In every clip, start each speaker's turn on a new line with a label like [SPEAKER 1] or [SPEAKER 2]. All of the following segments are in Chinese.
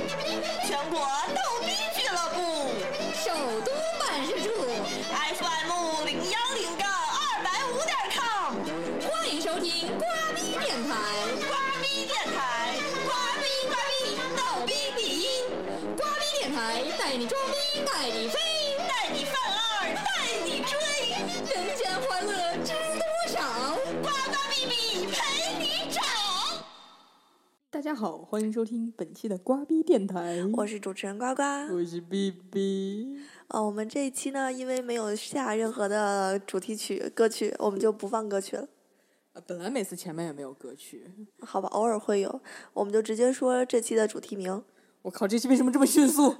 [SPEAKER 1] 全国逗逼俱乐部
[SPEAKER 2] 首都办事处，
[SPEAKER 1] FM 零幺零杠二百五点 com，
[SPEAKER 2] 欢迎收听瓜逼电台，
[SPEAKER 1] 瓜逼电台，瓜逼瓜逼逗逼第一，
[SPEAKER 2] 瓜逼电台带你装逼带你飞，
[SPEAKER 1] 带你犯二，带你追，
[SPEAKER 2] 人间欢乐知多少。
[SPEAKER 1] 瓜瓜逼逼陪你找。
[SPEAKER 3] 大家好，欢迎收听本期的瓜逼电台，
[SPEAKER 4] 我是主持人呱呱。
[SPEAKER 3] 我是 B B，
[SPEAKER 4] 呃，我们这一期呢，因为没有下任何的主题曲歌曲，我们就不放歌曲了，
[SPEAKER 3] 呃本来每次前面也没有歌曲，
[SPEAKER 4] 好吧？偶尔会有，我们就直接说这期的主题名。
[SPEAKER 3] 我靠，这期为什么这么迅 速？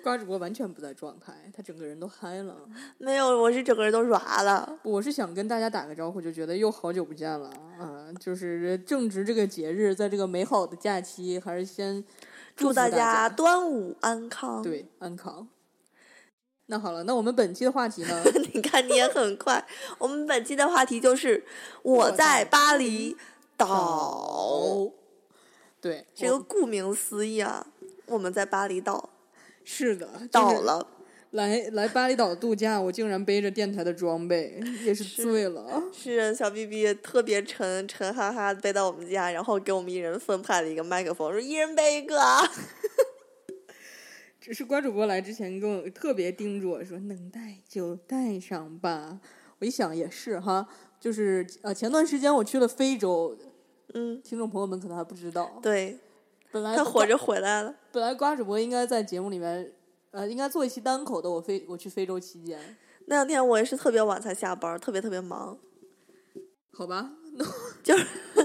[SPEAKER 3] 瓜主播完全不在状态，他整个人都嗨了。
[SPEAKER 4] 没有，我是整个人都软了。
[SPEAKER 3] 我是想跟大家打个招呼，就觉得又好久不见了啊！就是正值这个节日，在这个美好的假期，还是先祝
[SPEAKER 4] 祝
[SPEAKER 3] 福
[SPEAKER 4] 大
[SPEAKER 3] 家
[SPEAKER 4] 家端午安康。，
[SPEAKER 3] 对安康。那好了，那我们本期的话题 呢？
[SPEAKER 4] 你看你也很快。我们本期的话题就是我在巴黎岛，
[SPEAKER 3] 哦，对，
[SPEAKER 4] 这个
[SPEAKER 3] 我
[SPEAKER 4] 顾名思义啊，我们在巴厘岛
[SPEAKER 3] 是的，
[SPEAKER 4] 岛
[SPEAKER 3] 就是
[SPEAKER 4] 了。
[SPEAKER 3] 来 来巴厘岛度假，我竟然背着电台的装备，也是醉了。
[SPEAKER 4] 是啊小 B B 特别沉沉哈哈地背到我们家，然后给我们一人分派了一个麦克风，说一人背一个啊。
[SPEAKER 3] 只是瓜主播来之前跟我特别叮嘱我说，能带就带上吧。我一想也是哈，就是呃前段时间我去了非洲，
[SPEAKER 4] 嗯，
[SPEAKER 3] 听众朋友们可能还不知道，
[SPEAKER 4] 对，
[SPEAKER 3] 本来
[SPEAKER 4] 他
[SPEAKER 3] 瓜
[SPEAKER 4] 活着回来了。
[SPEAKER 3] 本来瓜主播应该在节目里面，呃，应该做一期单口的。我非我去非洲期间，
[SPEAKER 4] 那两天我也是特别晚才下班，特别特别忙。
[SPEAKER 3] 好吧，那
[SPEAKER 4] 就是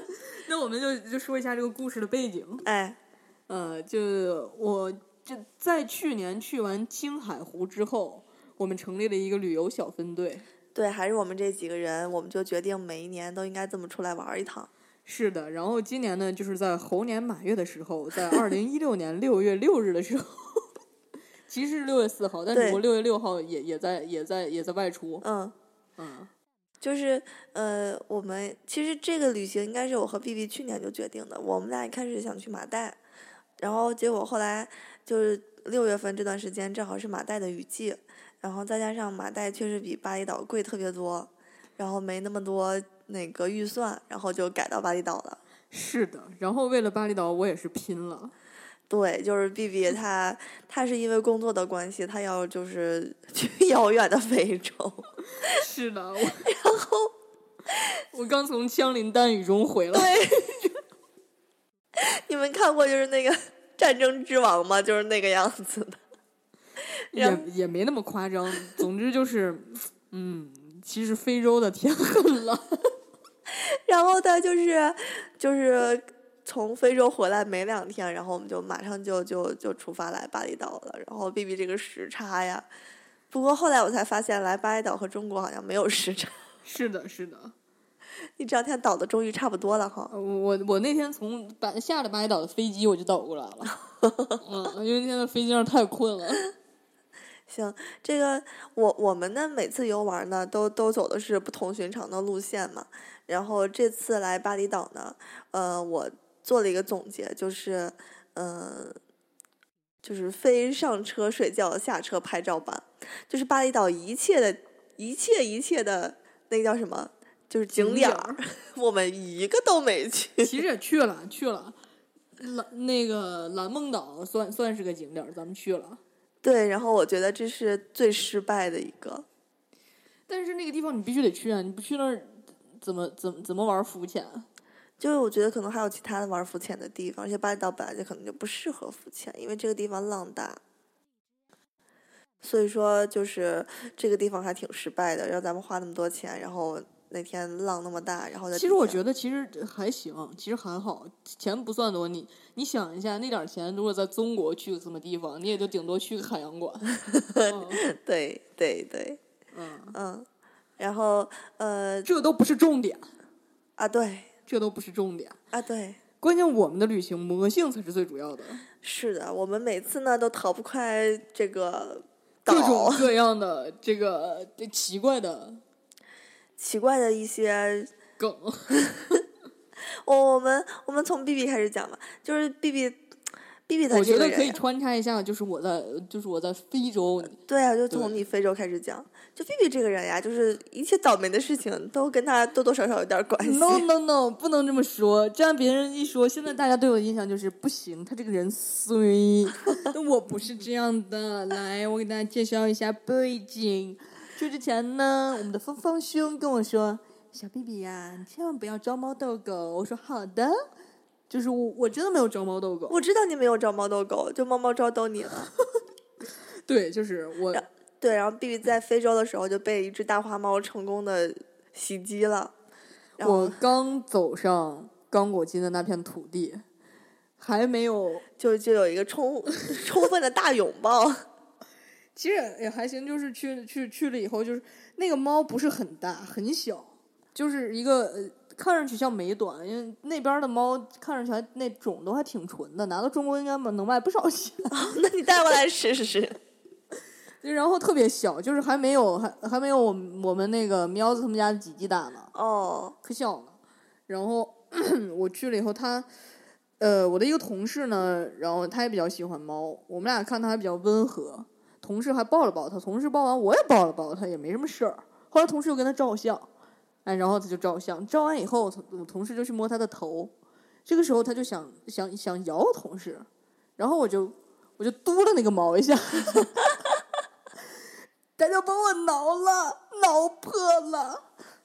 [SPEAKER 3] 那我们就就说一下这个故事的背景。
[SPEAKER 4] 哎，
[SPEAKER 3] 呃，就我就在去年去完青海湖之后，我们成立了一个旅游小分队。
[SPEAKER 4] 对，还是我们这几个人，我们就决定每一年都应该这么出来玩一趟。
[SPEAKER 3] 是的，然后今年呢，就是在猴年马月的时候，在二零一六年六月六日的时候， 其实是六月四号，但是
[SPEAKER 4] 对
[SPEAKER 3] 我六月六号也也在也在也在外出。
[SPEAKER 4] 嗯，
[SPEAKER 3] 嗯，
[SPEAKER 4] 就是呃，我们其实这个旅行应该是我和 B B 去年就决定的。我们俩一开始想去马代，然后结果后来就是六月份这段时间正好是马代的雨季，然后再加上马代确实比巴厘岛贵特别多，然后没那么多那个预算，然后就改到巴厘岛了。
[SPEAKER 3] 是的，然后为了巴厘岛，我也是拼了。
[SPEAKER 4] 对，就是 B B 他他是因为工作的关系，他要就是 去遥远的非洲，
[SPEAKER 3] 是的，我 然后我刚从枪林弹雨中回来。
[SPEAKER 4] 你们看过就是那个《战争之王》吗？就是那个样子的。然
[SPEAKER 3] 也也没那么夸张。总之就是，嗯，其实非洲的天很冷。
[SPEAKER 4] 然后他就是就是从非洲回来没两天，然后我们就马上就就就出发来巴厘岛了。然后 B B 这个时差呀，不过后来我才发现来巴厘岛和中国好像没有时差。
[SPEAKER 3] 是的，是的。
[SPEAKER 4] 你这两天倒的终于差不多了哈。
[SPEAKER 3] 呃我我那天从巴下了巴厘岛的飞机，我就倒过来 了。嗯，因为那天在飞机上太困了。
[SPEAKER 4] 行，这个我我们呢每次游玩呢都都走的是不同寻常的路线嘛。然后这次来巴厘岛呢，呃，我做了一个总结，就是嗯、呃就是非上车睡觉，下车拍照吧，就是巴厘岛一切的一切一切的那个叫什么，就是景点
[SPEAKER 3] 点
[SPEAKER 4] 儿，我们一个都没去。
[SPEAKER 3] 其实也去了，去了。蓝那个蓝梦岛算算是个景点儿，咱们去了。
[SPEAKER 4] 对，然后我觉得这是最失败的一个。
[SPEAKER 3] 但是那个地方你必须得去啊！你不去那儿，怎么怎么怎么玩浮潜？啊
[SPEAKER 4] 就是我觉得可能还有其他的玩儿浮潜的地方，而且巴厘岛本来就可能就不适合浮潜，因为这个地方浪大。所以说，就是这个地方还挺失败的，让咱们花那么多钱，然后那天浪那么大，然后再
[SPEAKER 3] 其实我
[SPEAKER 4] 得
[SPEAKER 3] 觉得其实还行，其实还好，钱不算多。你你想一下，那点儿钱如果在中国去个什么地方，你也就顶多去个海洋馆。 嗯
[SPEAKER 4] 对对对，
[SPEAKER 3] 嗯，
[SPEAKER 4] 嗯，然后呃
[SPEAKER 3] 这都不是重点，
[SPEAKER 4] 啊对
[SPEAKER 3] 这都不是重点。
[SPEAKER 4] 啊对，
[SPEAKER 3] 关键我们的旅行魔性才是最主要的，
[SPEAKER 4] 是的，我们每次呢都逃不开这个岛
[SPEAKER 3] 各种各样的这个这奇怪的
[SPEAKER 4] 奇怪的一些
[SPEAKER 3] 梗。
[SPEAKER 4] 哦我我们我们从 B B 开始讲吧，就是 B B。 B B 他
[SPEAKER 3] 我
[SPEAKER 4] 这
[SPEAKER 3] 觉
[SPEAKER 4] 个
[SPEAKER 3] 得可以
[SPEAKER 4] 人呀，
[SPEAKER 3] 穿插一下，就是我的，就是我的非洲，
[SPEAKER 4] 对啊，就
[SPEAKER 3] 对
[SPEAKER 4] 从你非洲开始讲，就 B B 这个人呀，就是一切倒霉的事情都跟他多多少少有点关 系。
[SPEAKER 3] No no no，不能这么说，这样别人一说，现在大家对我的印象就是不行，他这个人 衰。但我不是这样的，来，我给大家介绍一下背景。说之前呢，我们的芳芳兄跟我说：“小 B B 呀、你千万不要招猫逗狗。”我说：“好的。”就是我，我真的没有招猫逗狗。
[SPEAKER 4] 我知道你没有招猫逗狗，就猫猫招逗你了。
[SPEAKER 3] 对，就是我，
[SPEAKER 4] 对，然后 B B 在非洲的时候就被一只大花猫成功的袭击了。然后
[SPEAKER 3] 我刚走上刚果金的那片土地，还没有
[SPEAKER 4] 就就有一个充 充分的大拥抱，
[SPEAKER 3] 其实也还行，就是去去去了以后，就是那个猫不是很大，很小，就是一个呃看上去像美短，因为那边的猫看上去还那种都还挺纯的，拿到中国应该能卖不少钱。
[SPEAKER 4] 那你带过来试试。
[SPEAKER 3] 然后特别小，就是还没有还还没有我们我们那个喵子他们家的几鸡大呢，
[SPEAKER 4] 哦，
[SPEAKER 3] 可小了。然后 我去了以后，他呃我的一个同事呢，然后他也比较喜欢猫，我们俩看他还比较温和，同事还抱了抱他，同事抱完我也抱了抱他，也没什么事儿。后来同事又跟他照相，哎，然后他就照相，照完以后，我同事就去摸他的头，这个时候他就想想想咬我同事，然后我就我就嘟了那个毛一下，他就把我挠了，挠破了。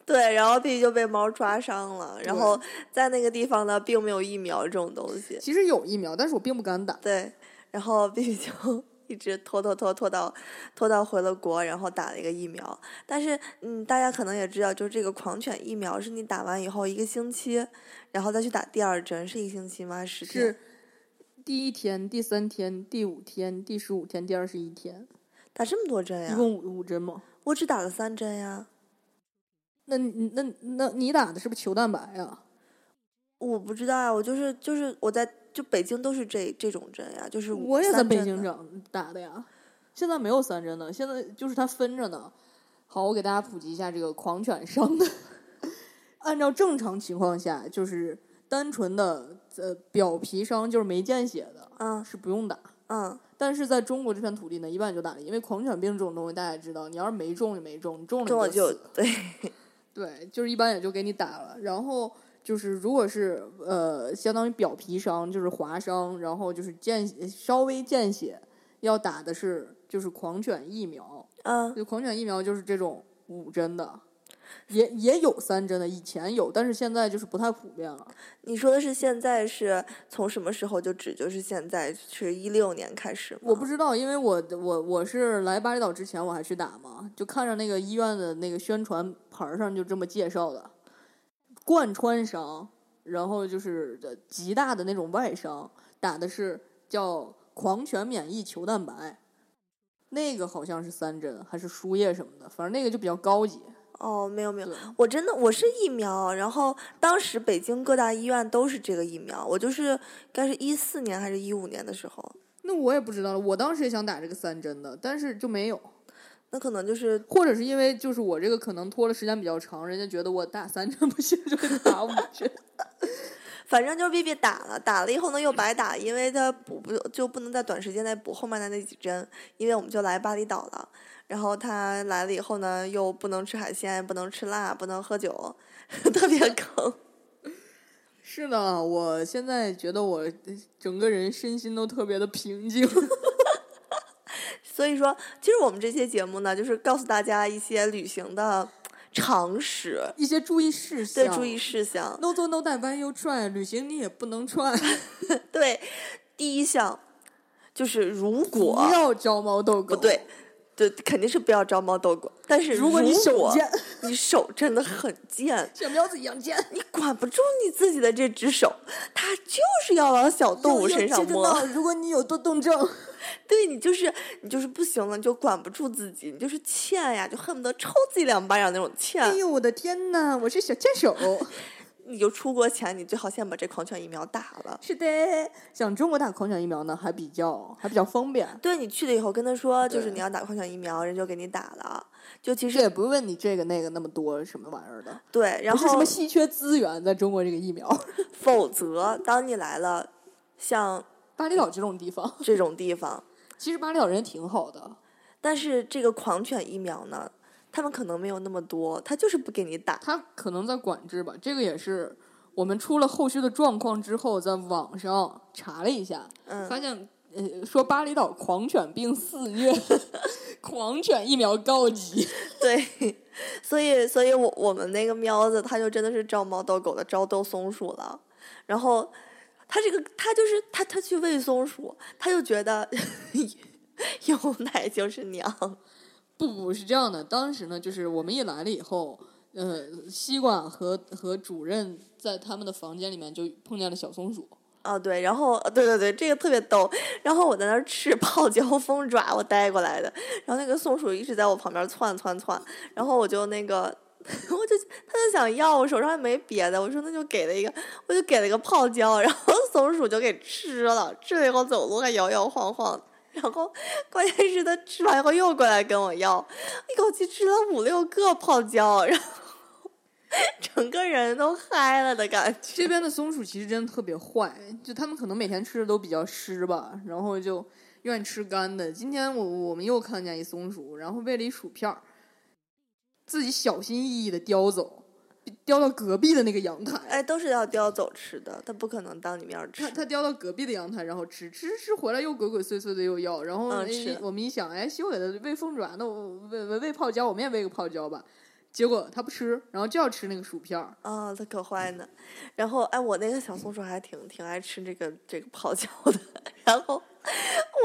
[SPEAKER 4] 对，然后 B B 就被猫抓伤了，然后在那个地方呢，并没有疫苗这种东西。
[SPEAKER 3] 其实有疫苗，但是我并不敢打。
[SPEAKER 4] 对，然后 B B 就一直拖拖拖拖到拖到回了国，然后打了一个疫苗。但是，嗯，大家可能也知道，就是这个狂犬疫苗是你打完以后一个星期，然后再去打第二针，是一个星期吗？还是十天
[SPEAKER 3] 是？第一天、第三天、第五天、第十五天、第二十一天，
[SPEAKER 4] 打这么多针
[SPEAKER 3] 一
[SPEAKER 4] 呀？
[SPEAKER 3] 共五五针吗？
[SPEAKER 4] 我只打了三针呀。
[SPEAKER 3] 那你那那你打的是不是球蛋白呀？
[SPEAKER 4] 我不知道啊呀，我就是就是我在就北京都是这这种针呀，就是五
[SPEAKER 3] 我也在
[SPEAKER 4] 嗯三
[SPEAKER 3] 北
[SPEAKER 4] 针
[SPEAKER 3] 京
[SPEAKER 4] 的
[SPEAKER 3] 长打的呀，现在没有三针的，现在就是它分着呢。好，我给大家普及一下这个狂犬伤的。 按照正常情况下，就是单纯的呃表皮伤，就是没见血的，
[SPEAKER 4] 嗯
[SPEAKER 3] 是不用打。
[SPEAKER 4] 嗯，
[SPEAKER 3] 但是在中国这片土地呢，一般就打了，因为狂犬病这种东西大家也知道，你要是没中就没中，你中了你
[SPEAKER 4] 中了就
[SPEAKER 3] 死
[SPEAKER 4] 对，
[SPEAKER 3] 对，就是一般也就给你打了。然后就是如果是呃，相当于表皮伤，就是划伤，然后就是见血稍微见血，要打的是就是狂犬疫苗，
[SPEAKER 4] 嗯，
[SPEAKER 3] 就狂犬疫苗就是这种五针的。也也有三针的，以前有，但是现在就是不太普遍了。
[SPEAKER 4] 你说的是现在是从什么时候就指就是现在是一六年开始吗？
[SPEAKER 3] 我不知道，因为我我我是来巴厘岛之前我还去打嘛，就看着那个医院的那个宣传牌儿上就这么介绍的，贯穿伤，然后就是呃极大的那种外伤，打的是叫狂犬免疫球蛋白，那个好像是三针还是输液什么的，反正那个就比较高级。
[SPEAKER 4] 哦，没有没有
[SPEAKER 3] 对，
[SPEAKER 4] 我真的我是疫苗，然后当时北京各大医院都是这个疫苗，我就是应该是一四年还是一五年的时候，
[SPEAKER 3] 那我也不知道了，我当时也想打这个三针的，但是就没有，
[SPEAKER 4] 那可能就是
[SPEAKER 3] 或者是因为就是我这个可能拖的时间比较长，人家觉得我打三针不行，就给打五针。
[SPEAKER 4] 反正就是 B B 打了，打了以后呢又白打，因为他补不就不能在短时间内补后面的那几针，因为我们就来巴厘岛了，然后他来了以后呢又不能吃海鲜，不能吃辣，不能喝酒， 特别坑。
[SPEAKER 3] 是的，我现在觉得我整个人身心都特别的平静。
[SPEAKER 4] 所以说，其实我们这期节目呢，就是告诉大家一些旅行的常识，
[SPEAKER 3] 一些注意事项，
[SPEAKER 4] 对注意事项。
[SPEAKER 3] No do no die when you try，旅行你也不能 try，
[SPEAKER 4] 对，第一项就是如
[SPEAKER 3] 不
[SPEAKER 4] 果
[SPEAKER 3] 要招猫逗狗。
[SPEAKER 4] 不对，，对，肯定是不要招猫逗狗。但是
[SPEAKER 3] 如果你手贱，
[SPEAKER 4] 你手真的很贱，
[SPEAKER 3] 小喵子一样贱，
[SPEAKER 4] 你管不住你自己的这只手，它就是要往小动物身上摸。
[SPEAKER 3] 闹。如果你有多动 症，
[SPEAKER 4] 对你就是你就是不行了，你就管不住自己，你就是欠呀，就恨不得抽自己两巴掌那种欠。
[SPEAKER 3] 哎呦我的天呐，我是小贱手。
[SPEAKER 4] 你就出国前，你最好先把这狂犬疫苗打了。
[SPEAKER 3] 是的，像中国打狂犬疫苗呢，还比较还比较方便，
[SPEAKER 4] 对你去了以后跟他说，就是
[SPEAKER 3] 对
[SPEAKER 4] 你要打狂犬疫苗，人就给你打了。就其
[SPEAKER 3] 这也
[SPEAKER 4] 实
[SPEAKER 3] 不问你这个那个那么多什么玩意儿的，
[SPEAKER 4] 对，然
[SPEAKER 3] 不是什
[SPEAKER 4] 后
[SPEAKER 3] 么稀缺资源，在中国这个疫苗。
[SPEAKER 4] 否则当你来了，像
[SPEAKER 3] 巴厘岛这种地方，
[SPEAKER 4] 这种地方。
[SPEAKER 3] 其实巴厘岛人挺好的，
[SPEAKER 4] 但是这个狂犬疫苗呢，他们可能没有那么多，他就是不给你打。
[SPEAKER 3] 他可能在管制吧。这个也是我们出了后续的状况之后，在网上查了一下，
[SPEAKER 4] 嗯
[SPEAKER 3] 发现呃说巴厘岛狂犬病肆虐， 狂犬疫苗告急。
[SPEAKER 4] 对，所以所以我我们那个喵子，它就真的是招猫逗狗的，招逗松鼠了。然后它这个它就是它它去喂松鼠，它就觉得 有奶就是娘。
[SPEAKER 3] 不不是这样的，当时呢，就是我们一来了以后，呃，西瓜和和主任在他们的房间里面就碰见了小松鼠。
[SPEAKER 4] 啊，对，然后对对对，这个特别逗。然后我在那儿吃泡椒凤爪，我带过来的。然后那个松鼠一直在我旁边窜窜窜，然后我就那个， 我就它就想要，我手上也没别的，我说那就给了一个，我就给了一个泡椒，然后松鼠就给吃了，吃了以后走路还摇摇晃晃。然后，关键是它吃完以后又过来跟我要，一口气吃了五六个泡椒，然后 整个人都嗨了的感觉。
[SPEAKER 3] 这边的松鼠其实真的特别坏，就他们可能每天吃的都比较湿吧，然后就愿意吃干的。今天我我们又看见一松鼠，然后喂了一薯片儿，自己小心翼翼的叼走，叼到隔壁的那个阳台。
[SPEAKER 4] 哎，都是要叼走吃的，它不可能当你面儿吃
[SPEAKER 3] 它。它叼到隔壁的阳台，然后吃吃吃回来又鬼鬼祟祟的又要，然后、
[SPEAKER 4] 嗯
[SPEAKER 3] 哎
[SPEAKER 4] 吃
[SPEAKER 3] 我们一想，哎，媳妇给它喂凤爪，那我喂喂喂泡椒，我们也喂个泡椒吧。结果它不吃，然后就要吃那个薯片儿。
[SPEAKER 4] 啊、它可坏呢。然后，哎，我那个小松鼠还挺挺爱吃这个这个泡椒的。然后，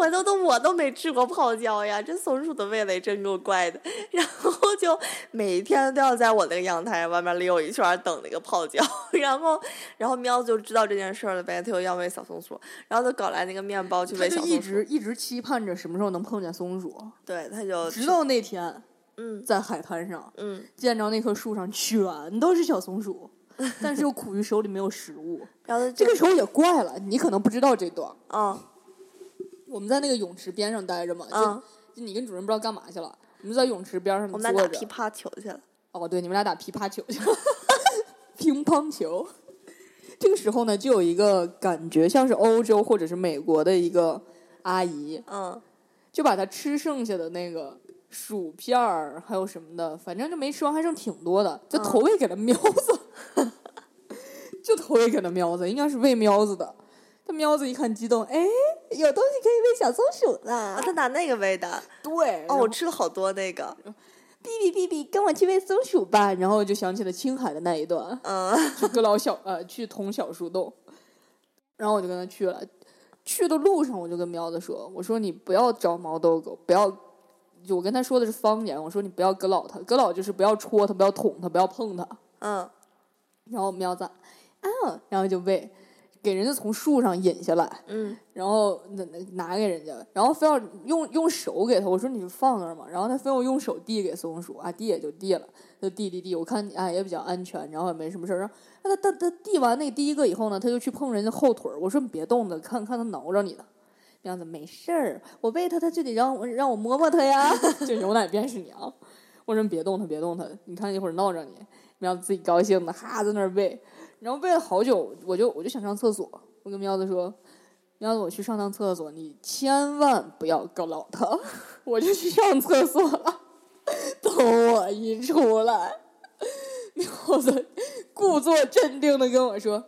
[SPEAKER 4] 我都都我都没吃过泡椒呀，这松鼠的味蕾真够怪的。然后就每天都要在我那个阳台外面溜一圈儿等那个泡椒。然后，然后喵就知道这件事儿了呗，它又要喂小松鼠，然后就搞来那个面包去
[SPEAKER 3] 它
[SPEAKER 4] 喂
[SPEAKER 3] 就
[SPEAKER 4] 小
[SPEAKER 3] 一
[SPEAKER 4] 松
[SPEAKER 3] 直
[SPEAKER 4] 鼠。
[SPEAKER 3] 一直期盼着什么时候能碰见松鼠。
[SPEAKER 4] 对，它就
[SPEAKER 3] 直
[SPEAKER 4] 吃
[SPEAKER 3] 到那天
[SPEAKER 4] 嗯
[SPEAKER 3] 在海滩上
[SPEAKER 4] 嗯，
[SPEAKER 3] 见着那棵树上全都是小松 鼠，但是又苦于手里没有食物。
[SPEAKER 4] 然后它
[SPEAKER 3] 这
[SPEAKER 4] 就
[SPEAKER 3] 个时候也怪了，你可能不知道这段儿。
[SPEAKER 4] 嗯
[SPEAKER 3] 我们在那个泳池边上待着嘛，就、
[SPEAKER 4] 嗯，
[SPEAKER 3] 就你跟主任不知道干嘛去了，我们在泳池边上
[SPEAKER 4] 我
[SPEAKER 3] 坐
[SPEAKER 4] 们俩打
[SPEAKER 3] 着
[SPEAKER 4] 琵。琶球去了。
[SPEAKER 3] 哦，对，你们俩打琵琶球去了， 乒乓球。这个时候呢，就有一个感觉像是欧洲或者是美国的一个阿姨，
[SPEAKER 4] 嗯，
[SPEAKER 3] 就把他吃剩下的那个薯片儿还有什么的，反正就没吃完，还剩挺多的，就投喂给了 喵子，就投喂给了喵子，应该是喂喵子的。这喵子一看激动，哎，有东西可以喂小松鼠
[SPEAKER 4] 啊，
[SPEAKER 3] 了。
[SPEAKER 4] 他拿那个喂的。
[SPEAKER 3] 对，
[SPEAKER 4] 哦，我
[SPEAKER 3] 我
[SPEAKER 4] 吃了好多那个，
[SPEAKER 3] 哔哔哔哔，跟我去喂松鼠吧。然后就想起了青海的那一段，
[SPEAKER 4] 嗯，
[SPEAKER 3] 去哥老小呃去捅小树洞，然后我就跟他去了。去的路上我就跟喵子说：“我说你不要招猫逗狗，不要。”就我跟他说的是方言，我说你不要搁老他，搁老就是不要戳他，不要捅他，不要碰他。
[SPEAKER 4] 嗯，
[SPEAKER 3] 然后喵子，啊，然后就喂，给人家从树上引下来，
[SPEAKER 4] 嗯，
[SPEAKER 3] 然后拿拿给人家，然后非要用用手给他，我说你就放那儿嘛，然后他非要用手递给松鼠啊，递也就递了，就递递递，我看啊也比较安全，然后也没什么事儿，然后他他他递完那第一个以后呢，他就去碰人家后腿儿，我说你别动他，看看他挠着你呢。这样子没事儿，我喂他，他就得让我让我摸摸他呀， 就有奶便是娘。我说你别动他，别动他，你看一会儿闹着你，喵子自己高兴的哈在那儿喂，然后喂了好久，我就我就想上厕所，我跟喵子说，喵子我去上趟厕所，你千万不要告老他，我就去上厕所了，等我一出来，喵子故作镇定的跟我说，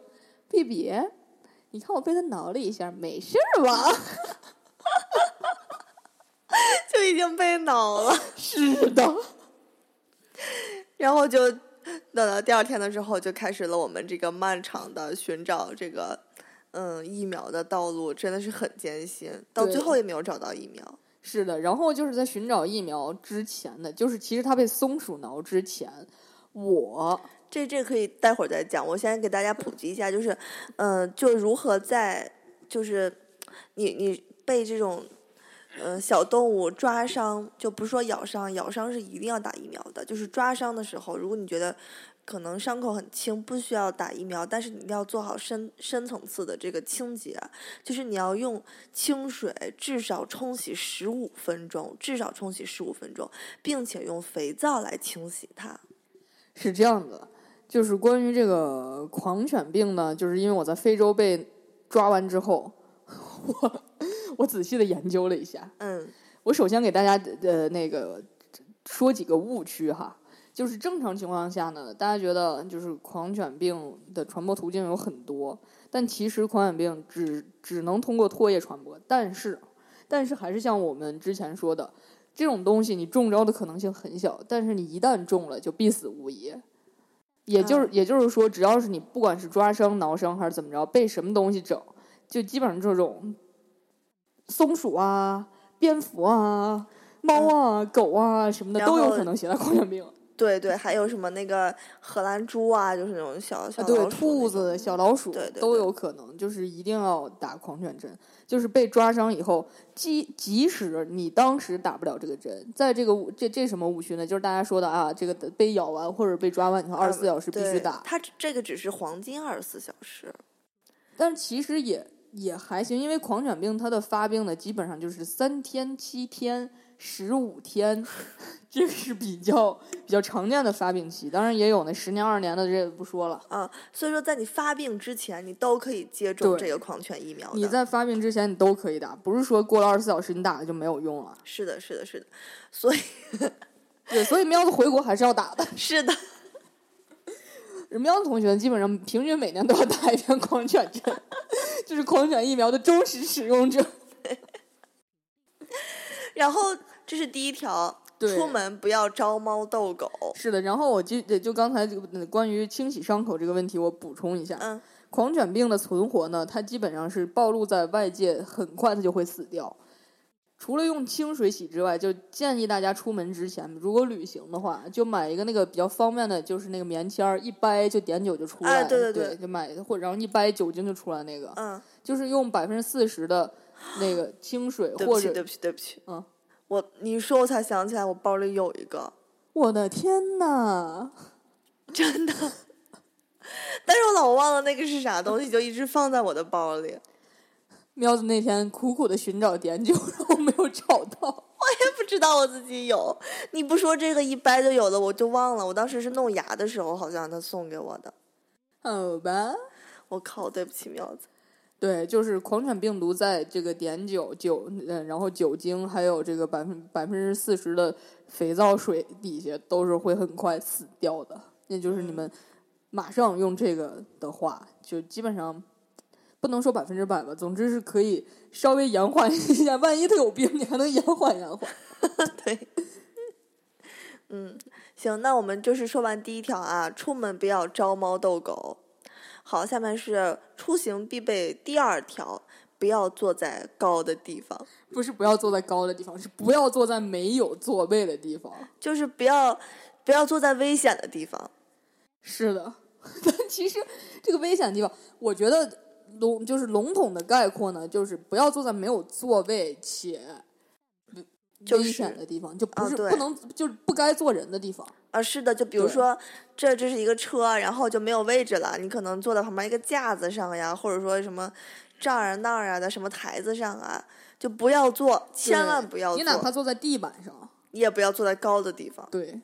[SPEAKER 3] 贝比，你看我被他挠了一下，没事儿吧？
[SPEAKER 4] 就已经被挠了。
[SPEAKER 3] 是的。
[SPEAKER 4] 然后就等到第二天的时候，就开始了我们这个漫长的寻找这个嗯疫苗的道路，真的是很艰辛，到最
[SPEAKER 3] 对
[SPEAKER 4] 后也没有找到疫苗。
[SPEAKER 3] 是的，然后就是在寻找疫苗之前的，就是其实他被松鼠挠之前，我
[SPEAKER 4] 这这可以待会儿再讲，我先给大家普及一下，就是，嗯、就如何在就是你你被这种呃小动物抓伤，就不是说咬伤，咬伤是一定要打疫苗的，就是抓伤的时候，如果你觉得可能伤口很轻，不需要打疫苗，但是你一定要做好深深层次的这个清洁，就是你要用清水至少冲洗十五分钟，至少冲洗十五分钟，并且用肥皂来清洗它。
[SPEAKER 3] 是这样的，就是关于这个狂犬病呢，就是因为我在非洲被抓完之后， 我我仔细的研究了一下，
[SPEAKER 4] 嗯
[SPEAKER 3] 我首先给大家呃那个说几个误区哈，就是正常情况下呢，大家觉得就是狂犬病的传播途径有很多，但其实狂犬病只只能通过唾液传播，但是但是还是像我们之前说的，这种东西你中招的可能性很小，但是你一旦中了就必死无疑。也就是、
[SPEAKER 4] 嗯
[SPEAKER 3] 也就是说，只要是你不管是抓伤、挠伤还是怎么着，被什么东西整，就基本上这种松鼠啊、蝙蝠啊、猫啊、狗啊什么的
[SPEAKER 4] 嗯然
[SPEAKER 3] 都有
[SPEAKER 4] 后呃
[SPEAKER 3] 可能携带狂犬病。
[SPEAKER 4] 对对，还有什么那个荷兰猪啊，就是那种小小
[SPEAKER 3] 啊，
[SPEAKER 4] 老鼠
[SPEAKER 3] 对，
[SPEAKER 4] 那
[SPEAKER 3] 兔
[SPEAKER 4] 种
[SPEAKER 3] 子、小老鼠
[SPEAKER 4] 对对对
[SPEAKER 3] 都有可能，就是一定要打狂犬针。就是被抓伤以后，即即使你当时打不了这个针，在这个误这这什么误区呢？就是大家说的啊，这个被咬完或者被抓完以后，二十四小时必须
[SPEAKER 4] 对
[SPEAKER 3] 打。
[SPEAKER 4] 它只这个只是黄金二十四小时，
[SPEAKER 3] 但是其实也也还行，因为狂犬病它的发病呢，基本上就是三天、七天、十五天， 这个是比较比较常见的发病期。当然也有那十年、二十年的，这不说了。
[SPEAKER 4] 啊，所以说在你发病之前，你都可以接种
[SPEAKER 3] 对
[SPEAKER 4] 这个狂犬疫苗的。
[SPEAKER 3] 你在发病之前，你都可以打，不是说过了二十四小时你打了就没有用了。
[SPEAKER 4] 是的，是的，是的，所以
[SPEAKER 3] 对，所以喵子回国还是要打的。
[SPEAKER 4] 是的，
[SPEAKER 3] 喵子同学基本上平均每年都要打一遍狂犬针， 就是狂犬疫苗的忠实使用者。
[SPEAKER 4] 然后这是第一条，
[SPEAKER 3] 对
[SPEAKER 4] 出门不要招猫逗狗。
[SPEAKER 3] 是的，然后我就就刚才这个呃关于清洗伤口这个问题，我补充一下，
[SPEAKER 4] 嗯
[SPEAKER 3] 狂犬病的存活呢，它基本上是暴露在外界，很快它就会死掉。除了用清水洗之外，就建议大家出门之前，如果旅行的话，就买一个那个比较方便的，就是那个棉签儿，一掰就碘酒就出来，
[SPEAKER 4] 哎对对
[SPEAKER 3] 对
[SPEAKER 4] 对
[SPEAKER 3] 就买或者然后一掰酒精就出来那个，
[SPEAKER 4] 嗯，
[SPEAKER 3] 就是用百分之四十的那个清水
[SPEAKER 4] 对不
[SPEAKER 3] 或
[SPEAKER 4] 起，对
[SPEAKER 3] 者
[SPEAKER 4] 不起，对不起。
[SPEAKER 3] 嗯，
[SPEAKER 4] 我你说我才想起来，我包里有一个，
[SPEAKER 3] 我的天呐，
[SPEAKER 4] 真的，但是我老忘了那个是啥东西，就一直放在我的包里。
[SPEAKER 3] 喵子那天苦苦的寻找碘酒，然后没有找到。
[SPEAKER 4] 不知道我自己有，你不说这个一掰就有了，我就忘了。我当时是弄牙的时候，好像他送给我的。
[SPEAKER 3] 好吧，
[SPEAKER 4] 我靠，对不起苗子。
[SPEAKER 3] 对，就是狂犬病毒在这个碘酒、酒，呃，然后酒精，还有这个百分百分之四十的肥皂水底下，都是会很快死掉的。也就是你们马上用这个的话，就基本上不能说百分之百吧，总之是可以稍微延缓一下。万一他有病，你还能延缓延缓。
[SPEAKER 4] 对，嗯，行，那我们就是说完第一条啊，出门不要招猫逗狗。好，下面是出行必备第二条，不要坐在高的地方，
[SPEAKER 3] 不是不要坐在高的地方，是不要坐在没有座位的地方。
[SPEAKER 4] 就是不要不要坐在危险的地方。
[SPEAKER 3] 是的，但其实这个危险地方，我觉得笼就是笼统的概括呢，就是不要坐在没有座位且
[SPEAKER 4] 就
[SPEAKER 3] 危
[SPEAKER 4] 是
[SPEAKER 3] 险的地方，就不
[SPEAKER 4] 啊
[SPEAKER 3] 是、
[SPEAKER 4] 对
[SPEAKER 3] 不能就是不该坐人的地方。
[SPEAKER 4] 啊，是的，就比如
[SPEAKER 3] 对
[SPEAKER 4] 说，这这是一个车，然后就没有位置了，你可能坐在旁边一个架子上呀，或者说什么这儿啊那儿啊的什么台子上啊，就不要坐，千万
[SPEAKER 3] 对
[SPEAKER 4] 不要
[SPEAKER 3] 你哪怕
[SPEAKER 4] 坐，
[SPEAKER 3] 坐在地板上，
[SPEAKER 4] 也不要坐在高的地方。
[SPEAKER 3] 对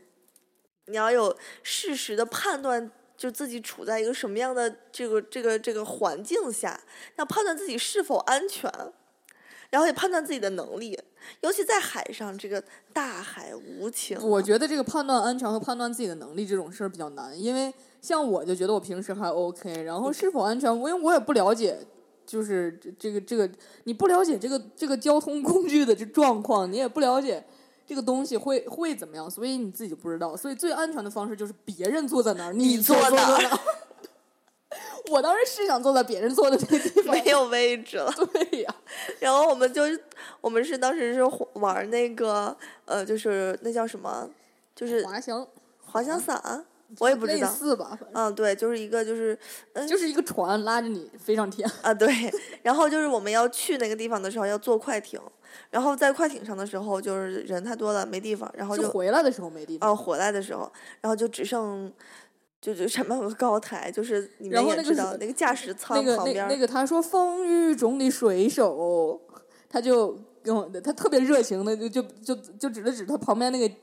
[SPEAKER 4] 你要有适时的判断，就自己处在一个什么样的这个这个这个环境下，要判断自己是否安全，然后也判断自己的能力，尤其在海上，这个大海无情啊。
[SPEAKER 3] 我觉得这个判断安全和判断自己的能力这种事儿比较难，因为像我就觉得我平时还 OK，然
[SPEAKER 4] 嗯
[SPEAKER 3] 后是否安全，我因为我也不了解。就是这这个这个，你不了解这个这个交通 工具的这状况，你也不了解这个东西会会怎么样，所以你自己就不知道。所以最安全的方式就是别人坐在哪儿，你
[SPEAKER 4] 坐
[SPEAKER 3] 坐在
[SPEAKER 4] 哪儿
[SPEAKER 3] 儿。我当时是想坐在别人坐的那个地方
[SPEAKER 4] 没，有位置了，
[SPEAKER 3] 对呀、
[SPEAKER 4] 然后我们就我们是当时是玩那个呃，就是那叫什么，就是
[SPEAKER 3] 滑翔
[SPEAKER 4] 滑翔伞，我也不知
[SPEAKER 3] 类
[SPEAKER 4] 道。
[SPEAKER 3] 似吧，反
[SPEAKER 4] 嗯，对，就是一个就是
[SPEAKER 3] 正就是一个船拉着你飞上天。
[SPEAKER 4] 啊，对， 然后就是我们要去那个地方的时候要坐快艇，然后在快艇上的时候就是人太多了没地方，然后
[SPEAKER 3] 就
[SPEAKER 4] 就
[SPEAKER 3] 回来的时候没地方。
[SPEAKER 4] 哦回来的时候，然后就只剩就就上面有个高台，就是你
[SPEAKER 3] 然
[SPEAKER 4] 们
[SPEAKER 3] 后
[SPEAKER 4] 也
[SPEAKER 3] 那个
[SPEAKER 4] 知
[SPEAKER 3] 是
[SPEAKER 4] 道那个驾驶
[SPEAKER 3] 那
[SPEAKER 4] 舱
[SPEAKER 3] 个
[SPEAKER 4] 旁
[SPEAKER 3] 那
[SPEAKER 4] 边儿，
[SPEAKER 3] 那个他说风雨中的水手，他就跟我他特别热情的就就就就指了指他旁边那个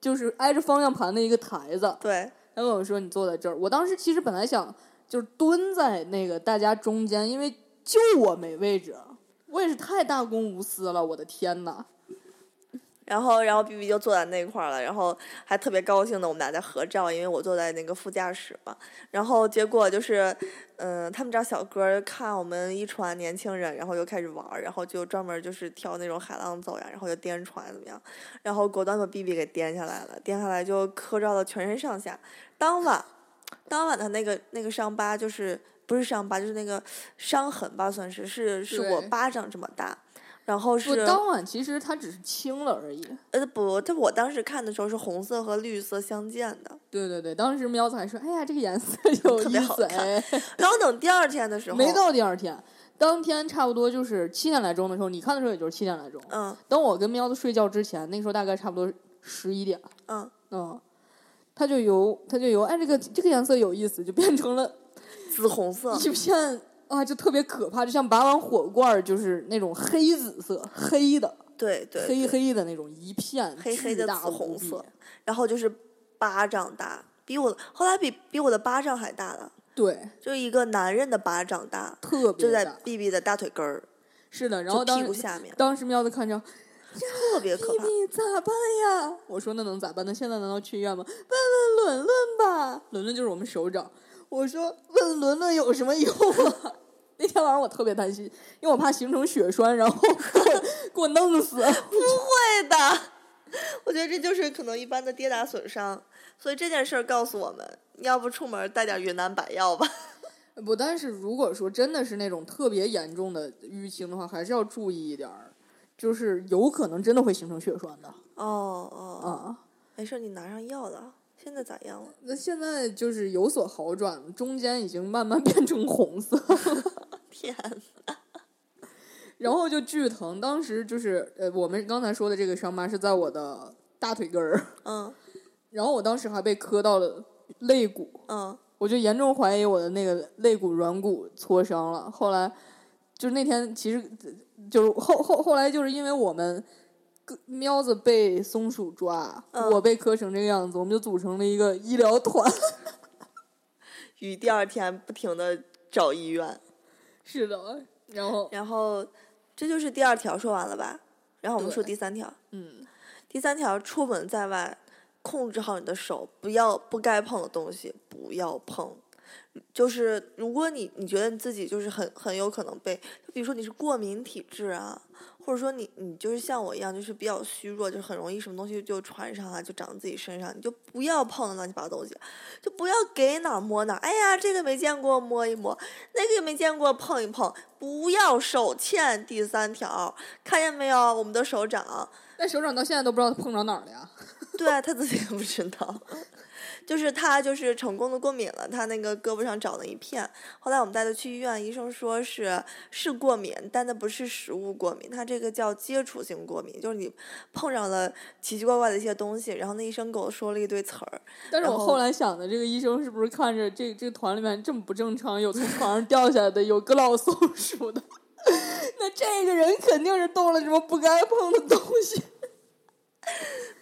[SPEAKER 3] 就是挨着方向盘的一个台子，
[SPEAKER 4] 对，
[SPEAKER 3] 他跟我说你坐在这儿。我当时其实本来想就是蹲在那个大家中间，因为就我没位置。我也是太大公无私了，我的天呐！
[SPEAKER 4] 然后，然后 B B 就坐在那块儿了，然后还特别高兴的，我们俩在合照，因为我坐在那个副驾驶嘛。然后结果就是，嗯、他们这儿小哥儿看我们一船年轻人，然后又开始玩儿，然后就专门就是挑那种海浪走呀，然后就颠船怎么样，然后果断把 B B 给颠下来了，颠下来就磕着了全身上下。当晚，当晚的那个那个伤疤就是不是伤疤，就是那个伤痕吧，算是是是我
[SPEAKER 3] 对
[SPEAKER 4] 巴掌这么大。然后
[SPEAKER 3] 不，
[SPEAKER 4] 是
[SPEAKER 3] 当晚其实它只是轻了而已。
[SPEAKER 4] 呃不，这我当时看的时候是红色和绿色相间的，
[SPEAKER 3] 对对对，当时喵子还说：“哎呀，这个颜色 有
[SPEAKER 4] 特
[SPEAKER 3] 意
[SPEAKER 4] 别好
[SPEAKER 3] 思。
[SPEAKER 4] 看
[SPEAKER 3] 哎
[SPEAKER 4] 然后等第二天的时”候，
[SPEAKER 3] 没到第二天，当天差不多就是七点来钟的时候，你看的时候也就是七点来钟。
[SPEAKER 4] 嗯
[SPEAKER 3] 等我跟喵子睡觉之前，那时候大概差不多十一点。
[SPEAKER 4] 嗯，
[SPEAKER 3] 嗯，它就由它就由哎这个这个颜色有意思，就变成了
[SPEAKER 4] 紫红色，
[SPEAKER 3] 一片啊，就特别可怕，就像拔完火罐儿就是那种黑紫色，黑的
[SPEAKER 4] 对对
[SPEAKER 3] 黑
[SPEAKER 4] 对，
[SPEAKER 3] 黑的那种，一片
[SPEAKER 4] 黑黑
[SPEAKER 3] 巨
[SPEAKER 4] 的
[SPEAKER 3] 大
[SPEAKER 4] 紫
[SPEAKER 3] 无
[SPEAKER 4] 红
[SPEAKER 3] 比
[SPEAKER 4] 色，然后就是巴掌大，比我后来比比我的巴掌还大了，
[SPEAKER 3] 对，
[SPEAKER 4] 就是一个男人的巴掌大，
[SPEAKER 3] 特
[SPEAKER 4] 就
[SPEAKER 3] 别
[SPEAKER 4] 在
[SPEAKER 3] 大，
[SPEAKER 4] B B 的大腿根儿，
[SPEAKER 3] 是的。然
[SPEAKER 4] 就
[SPEAKER 3] 后
[SPEAKER 4] 屁
[SPEAKER 3] 当
[SPEAKER 4] 股
[SPEAKER 3] 时
[SPEAKER 4] 下面，
[SPEAKER 3] 当时喵子看着。
[SPEAKER 4] 特别可
[SPEAKER 3] 弟
[SPEAKER 4] 怕。
[SPEAKER 3] 弟咋办呀？我说那能咋办呢？现在难道去医院吗？问问伦伦吧，伦伦就是我们首长。我说问伦伦有什么用啊？ 那天晚上我特别担心，因为我怕形成血栓，然后 给我给我弄死。
[SPEAKER 4] 对的， 我觉得这就是可能一般的跌打损伤，所以这件事儿告诉我们，要不出门带点云南白药吧。
[SPEAKER 3] 不，但是如果说真的是那种特别严重的淤青的话，还是要注意一点儿，就是有可能真的会形成血栓的
[SPEAKER 4] 哦哦哦，
[SPEAKER 3] 啊。
[SPEAKER 4] 没事儿，你拿上药了，现在咋样了？
[SPEAKER 3] 那现在就是有所好转，中间已经慢慢变成红色。
[SPEAKER 4] 天
[SPEAKER 3] 然后就巨疼。当时就是呃，我们刚才说的这个伤疤是在我的大腿根儿，
[SPEAKER 4] 嗯
[SPEAKER 3] 然后我当时还被磕到了肋骨，
[SPEAKER 4] 嗯，
[SPEAKER 3] 我就严重怀疑我的那个肋骨软骨挫伤了。后来就是那天，其实就是后后后来就是因为我们。个喵子被松鼠抓，
[SPEAKER 4] 嗯
[SPEAKER 3] 我被磕成这个样子，我们就组成了一个医疗团。
[SPEAKER 4] 雨第二天不停的找医院，
[SPEAKER 3] 是的，然后
[SPEAKER 4] 然后这就是第二条说完了吧？然后我们说
[SPEAKER 3] 对
[SPEAKER 4] 第三条，
[SPEAKER 3] 嗯，
[SPEAKER 4] 第三条出门在外，控制好你的手，不要不该碰的东西不要碰。就是如果你你觉得你自己就是很很有可能被，就比如说你是过敏体质啊，或者说你你就是像我一样，就是比较虚弱，就是很容易什么东西就传上啊，就长自己身上，你就不要碰乱七八糟东西，就不要给哪儿摸哪儿。哎呀，这个没见过摸一摸，那个也没见过碰一碰，不要手欠。第三条，看见没有，我们的手掌。
[SPEAKER 3] 但手掌到现在都不知道碰着哪儿了呀。
[SPEAKER 4] 对啊，他自己也不知道。 就是他就是成功的过敏了，他那个胳膊上长了一片。后来我们带他去医院，医生说是是过敏，但那不是食物过敏，他这个叫接触性过敏，就是你碰上了奇奇怪怪的一些东西。然后那医生给我说了一堆词儿，
[SPEAKER 3] 但是
[SPEAKER 4] 然
[SPEAKER 3] 我
[SPEAKER 4] 后
[SPEAKER 3] 后来想的，这个医生是不是看着这这团里面这么不正常，有从床上掉下来的，有个老松鼠的， 那这个人肯定是动了什么不该碰的东西。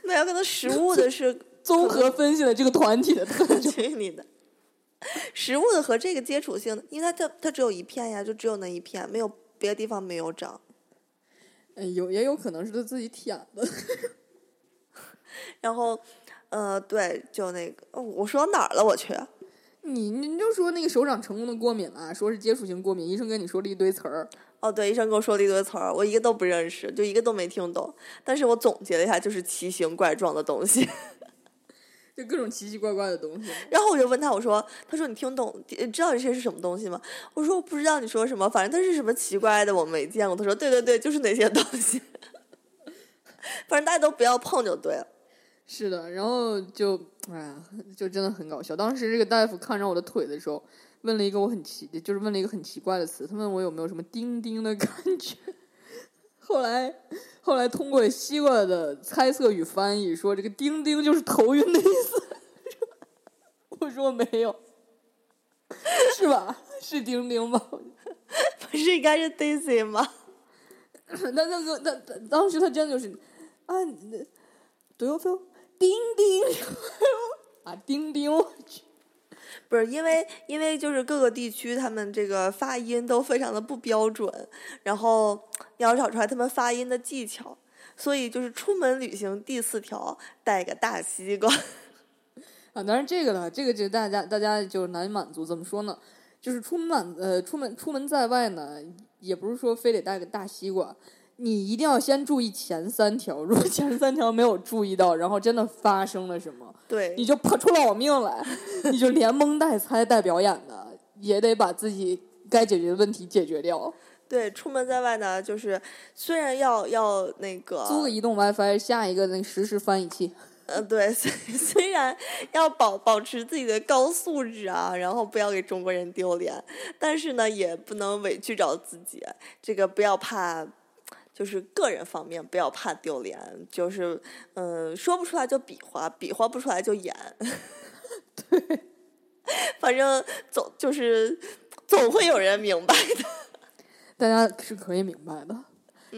[SPEAKER 4] 没有可能食物的是
[SPEAKER 3] 综合分析了这个团体的特征，
[SPEAKER 4] 去你的。食物的和这个接触性的，因为它它它只有一片呀，就只有那一片，没有别的地方没有长。
[SPEAKER 3] 哎有也有可能是他自己舔的。
[SPEAKER 4] 然后，呃，对，就那个，哦我说到哪儿了？我去。
[SPEAKER 3] 你你就说那个手掌成功的过敏了，说是接触性过敏，医生跟你说了一堆词儿，
[SPEAKER 4] 哦，对，医生跟我说了一堆词儿，我一个都不认识，就一个都没听懂。但是我总结了一下，就是奇形怪状的东西。
[SPEAKER 3] 就各种奇奇怪怪的东西。
[SPEAKER 4] 然后我就问他，我说：“他说你听懂，呃知道这些是什么东西吗？”我说：“我不知道你说什么，反正它是什么奇怪的，我没见过。”他说：“对对对，就是那些东西， 反正大家都不要碰就对了。
[SPEAKER 3] 是的，然后就哎呀，就真的很搞笑。当时这个大夫看着我的腿的时候，问了一个我很奇，就是问了一个很奇怪的词，他问我有没有什么钉钉的感觉。 后来，后来通过西瓜的猜测与翻译，说这个“钉钉”就是头晕的意思。 我说我没有，是吧？是钉钉吧？
[SPEAKER 4] 不是应该是 Daisy 吗？
[SPEAKER 3] 那那个那那当时他真的就是啊你的，Do you feel 钉钉啊钉钉，我去，
[SPEAKER 4] 不是因为因为就是各个地区他们这个发音都非常的不标准，然后你要找出来他们发音的技巧，所以就是出门旅行第四条带个大西瓜。
[SPEAKER 3] 啊，当然这个呢，这个就大家大家就是难以满足，怎么说呢？就是出门满呃出门出门在外呢，也不是说非得带个大西瓜，你一定要先注意前三条，如果前三条没有注意到，然后真的发生了什么，
[SPEAKER 4] 对
[SPEAKER 3] 你，就破出老命来，你就连蒙带猜带表演的，也得把自己该解决的问题解决掉。
[SPEAKER 4] 对，出门在外呢，就是虽然要要那个
[SPEAKER 3] 租个移动 WiFi，下一个那个实时翻译器。
[SPEAKER 4] 呃，对， 虽虽然要保保持自己的高素质啊，然后不要给中国人丢脸，但是呢，也不能委屈着自己。这个不要怕，就是个人方面不要怕丢脸，就是嗯、呃说不出来就比划，比划不出来就演。 对，反正总就是总会有人明白的。
[SPEAKER 3] 大家是可以明白的。
[SPEAKER 4] 嗯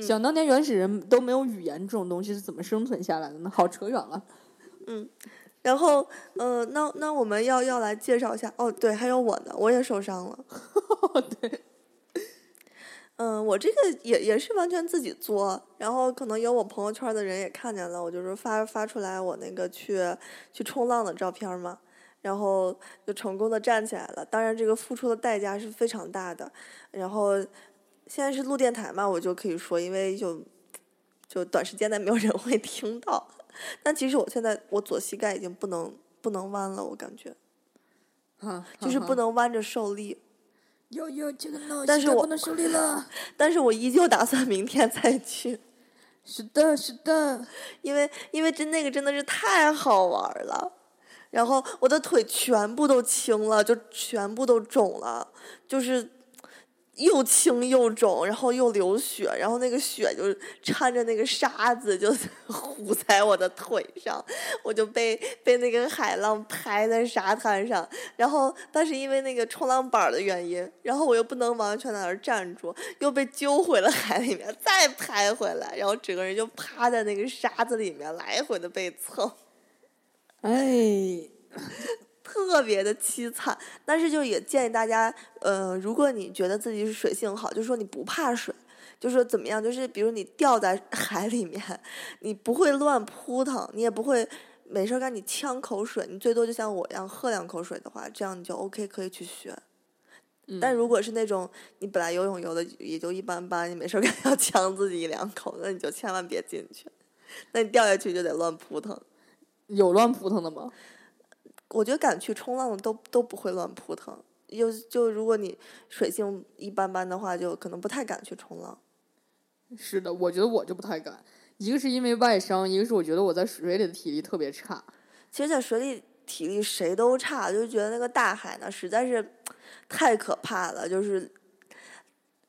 [SPEAKER 3] 想当年原始人都没有语言这种东西是怎么生存下来的呢？好扯远了。
[SPEAKER 4] 然后，呃，那那我们要要来介绍一下哦，对，还有我呢，我也受伤了。 对，嗯，我这个也也是完全自己作，然后可能有我朋友圈的人也看见了，我就是发发出来我那个去去冲浪的照片嘛，然后就成功的站起来了。当然，这个付出的代价是非常大的。然后现在是录电台嘛，我就可以说，因为就就短时间内没有人会听到。但其实我现在我左膝盖已经不能不能弯了，我感觉啊
[SPEAKER 3] 嗯
[SPEAKER 4] 就是不能弯着受力。
[SPEAKER 2] 有有这个闹
[SPEAKER 4] 但是我
[SPEAKER 2] 能受力 了。
[SPEAKER 4] 但是我依旧打算明天再去，
[SPEAKER 3] 是的，是的，
[SPEAKER 4] 因为因为真那个真的是太好玩儿了。然后我的腿全部都青了，就全部都肿了，就是又青又肿，然后又流血，然后那个血就掺着那个沙子就 糊在我的腿上，我就被被那个海浪拍在沙滩上。然后，但是因为那个冲浪板儿的原因，然后我又不能完全在那儿站住，又被揪回了海里面，再拍回来，然后整个人就趴在那个沙子里面来回的被蹭。
[SPEAKER 3] 哎，
[SPEAKER 4] 特别的凄惨，但是就也建议大家，呃，如果你觉得自己是水性好，就说你不怕水，就说怎么样，就是比如你掉在 海里面，你不会乱扑腾，你也不会没事儿干你呛口水，你最多就像我一样喝两口水的话，这样你就 OK 可以去学。但如果是那种你本来游泳游的也就一般般，你没事儿干 要呛自己一两口，那你就千万别进去，那你掉下去就得乱扑腾。
[SPEAKER 3] 有乱扑腾的吗？
[SPEAKER 4] 我觉得敢去冲浪的都都不会乱扑腾，就就如果你水性一般般的话，就可能不太敢去冲浪。
[SPEAKER 3] 是的，我觉得我就不太敢。一个是因为外伤，一个是我觉得我在水里的体力特别差。
[SPEAKER 4] 其实，在水里体力谁都差，就觉得那个大海呢实在是太可怕了，就是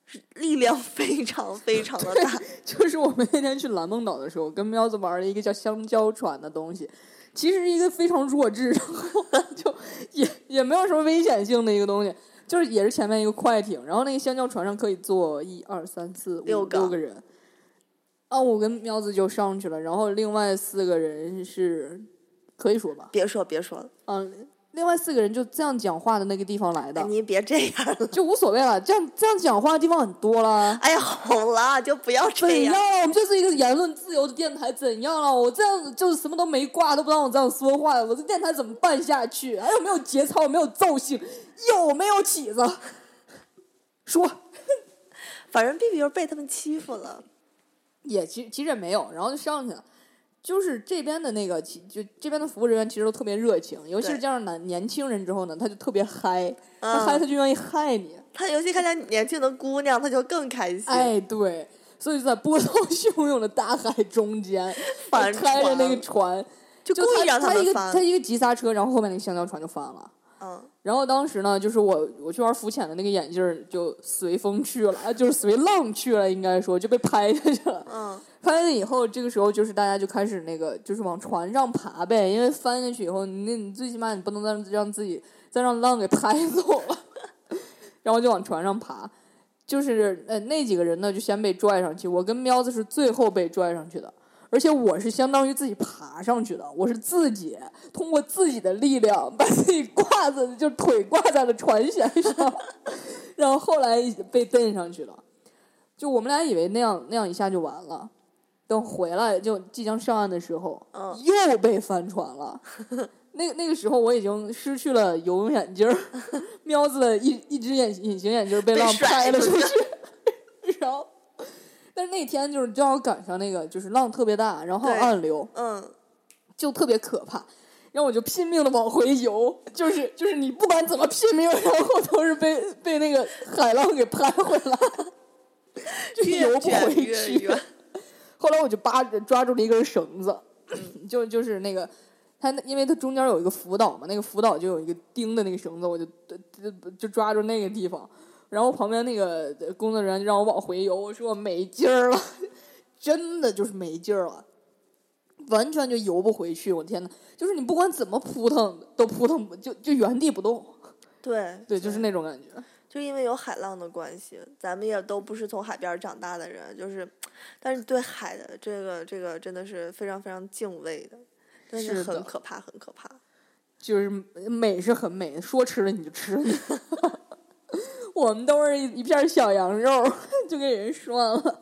[SPEAKER 4] 是力量 非常非常的大。
[SPEAKER 3] 就是我们那天去蓝梦岛的时候，跟喵子玩了一个叫香蕉船的东西，其实是一个非常弱智， 然后就也也没有什么危险性的一个东西，就是也是前面一个快艇，然后那个香蕉船上可以坐一二三四五六
[SPEAKER 4] 六个
[SPEAKER 3] 个人，啊，我跟喵子就上去了，然后另外四个人是可以说吧，
[SPEAKER 4] 别说别说了，
[SPEAKER 3] 嗯，另外四个人就这样讲话的那个地方来的，
[SPEAKER 4] 您别这样了。
[SPEAKER 3] 就无所谓了，这样这样讲话的地方很多啦。
[SPEAKER 4] 哎呀，好了，就不要
[SPEAKER 3] 怎
[SPEAKER 4] 这
[SPEAKER 3] 样
[SPEAKER 4] 样。
[SPEAKER 3] 了？我们就是一个言论自由的电台，怎样了？我这样子就是什么都没挂，都不让我这样说话，我这电台怎么办下去？还有没有节操？有没有揍性？有没有起子？ 说
[SPEAKER 4] 反正 B B 就是被他们欺负了。
[SPEAKER 3] 也其其实也没有，然后就上去了。就是这边的那个，其就这边的服务人员其实都特别热情，尤其是
[SPEAKER 4] 对
[SPEAKER 3] 加上男年轻人之后呢，他就特别嗨，
[SPEAKER 4] 嗯
[SPEAKER 3] 他嗨他就愿意害你。
[SPEAKER 4] 他尤其看见年轻的姑娘，他就更开心。
[SPEAKER 3] 哎，对，所以就在波涛汹涌的大海中间，
[SPEAKER 4] 翻
[SPEAKER 3] 开着那
[SPEAKER 4] 船
[SPEAKER 3] 个船，
[SPEAKER 4] 就
[SPEAKER 3] 就
[SPEAKER 4] 故
[SPEAKER 3] 他
[SPEAKER 4] 意让
[SPEAKER 3] 他
[SPEAKER 4] 们
[SPEAKER 3] 一个
[SPEAKER 4] 翻
[SPEAKER 3] 他。一个急刹车，然后后面那个香蕉船就翻了。
[SPEAKER 4] 嗯，
[SPEAKER 3] 然后当时呢，就是我我去玩浮潜的那个眼镜儿就随风去了，啊就是随浪去了，应该说就被拍下去了。
[SPEAKER 4] 嗯，
[SPEAKER 3] 拍下去以后，这个时候就是大家就开始那个就是往船上爬呗，因为翻下去以后，你那你最起码你不能再让自己再让浪给拍走了， 然后就往船上爬。就是呃那几个人呢，就先被拽上去，我跟喵子是最后被拽上去的。而且我是相当于自己爬上去的，我是自己通过自己的力量把自己挂在，就是腿挂在了船舷上， 然后后来被蹬上去了。就我们俩以为那样那样一下就完了，等回来就即将上岸的时候，
[SPEAKER 4] 嗯
[SPEAKER 3] 又被翻船了。那那个时候我已经失去了游泳眼镜儿， 喵子的一一只眼隐形眼镜儿被
[SPEAKER 4] 被
[SPEAKER 3] 浪
[SPEAKER 4] 甩
[SPEAKER 3] 拍了
[SPEAKER 4] 出
[SPEAKER 3] 出去，然后，但是那天就是正好赶上那个就是浪特别大，然后
[SPEAKER 4] 对
[SPEAKER 3] 暗流
[SPEAKER 4] 嗯，
[SPEAKER 3] 就特别可怕，然后我就拼命的往回游，就是就是你不管怎么拼命，然后都是被被那个海浪给拍回来， 就游
[SPEAKER 4] 越
[SPEAKER 3] 不
[SPEAKER 4] 卷
[SPEAKER 3] 回
[SPEAKER 4] 越
[SPEAKER 3] 去。
[SPEAKER 4] 远。
[SPEAKER 3] 后来我就扒着抓住了一根绳子， 就就是那个它那，因为它中间有一个浮岛嘛，那个浮岛就有一个钉的那个绳子，我就就就抓住那个地方。然后旁边那个工作人员就让我往回游，我说我没劲儿了， 真的就是没劲儿了，完全就游不回去。我天呐，就是你不管怎么扑腾都扑腾不就就原地不动，
[SPEAKER 4] 对
[SPEAKER 3] 对，就是那种感觉。
[SPEAKER 4] 就因为有海浪的关系，咱们也都不是从海边儿长大的人，就是，但是对海的这个这个真的是非常非常敬畏的，真
[SPEAKER 3] 是的
[SPEAKER 4] 很可怕，很可怕。
[SPEAKER 3] 就是美是很美，说吃了你就吃了你。 我们都是一一片小羊肉， 就给人涮了。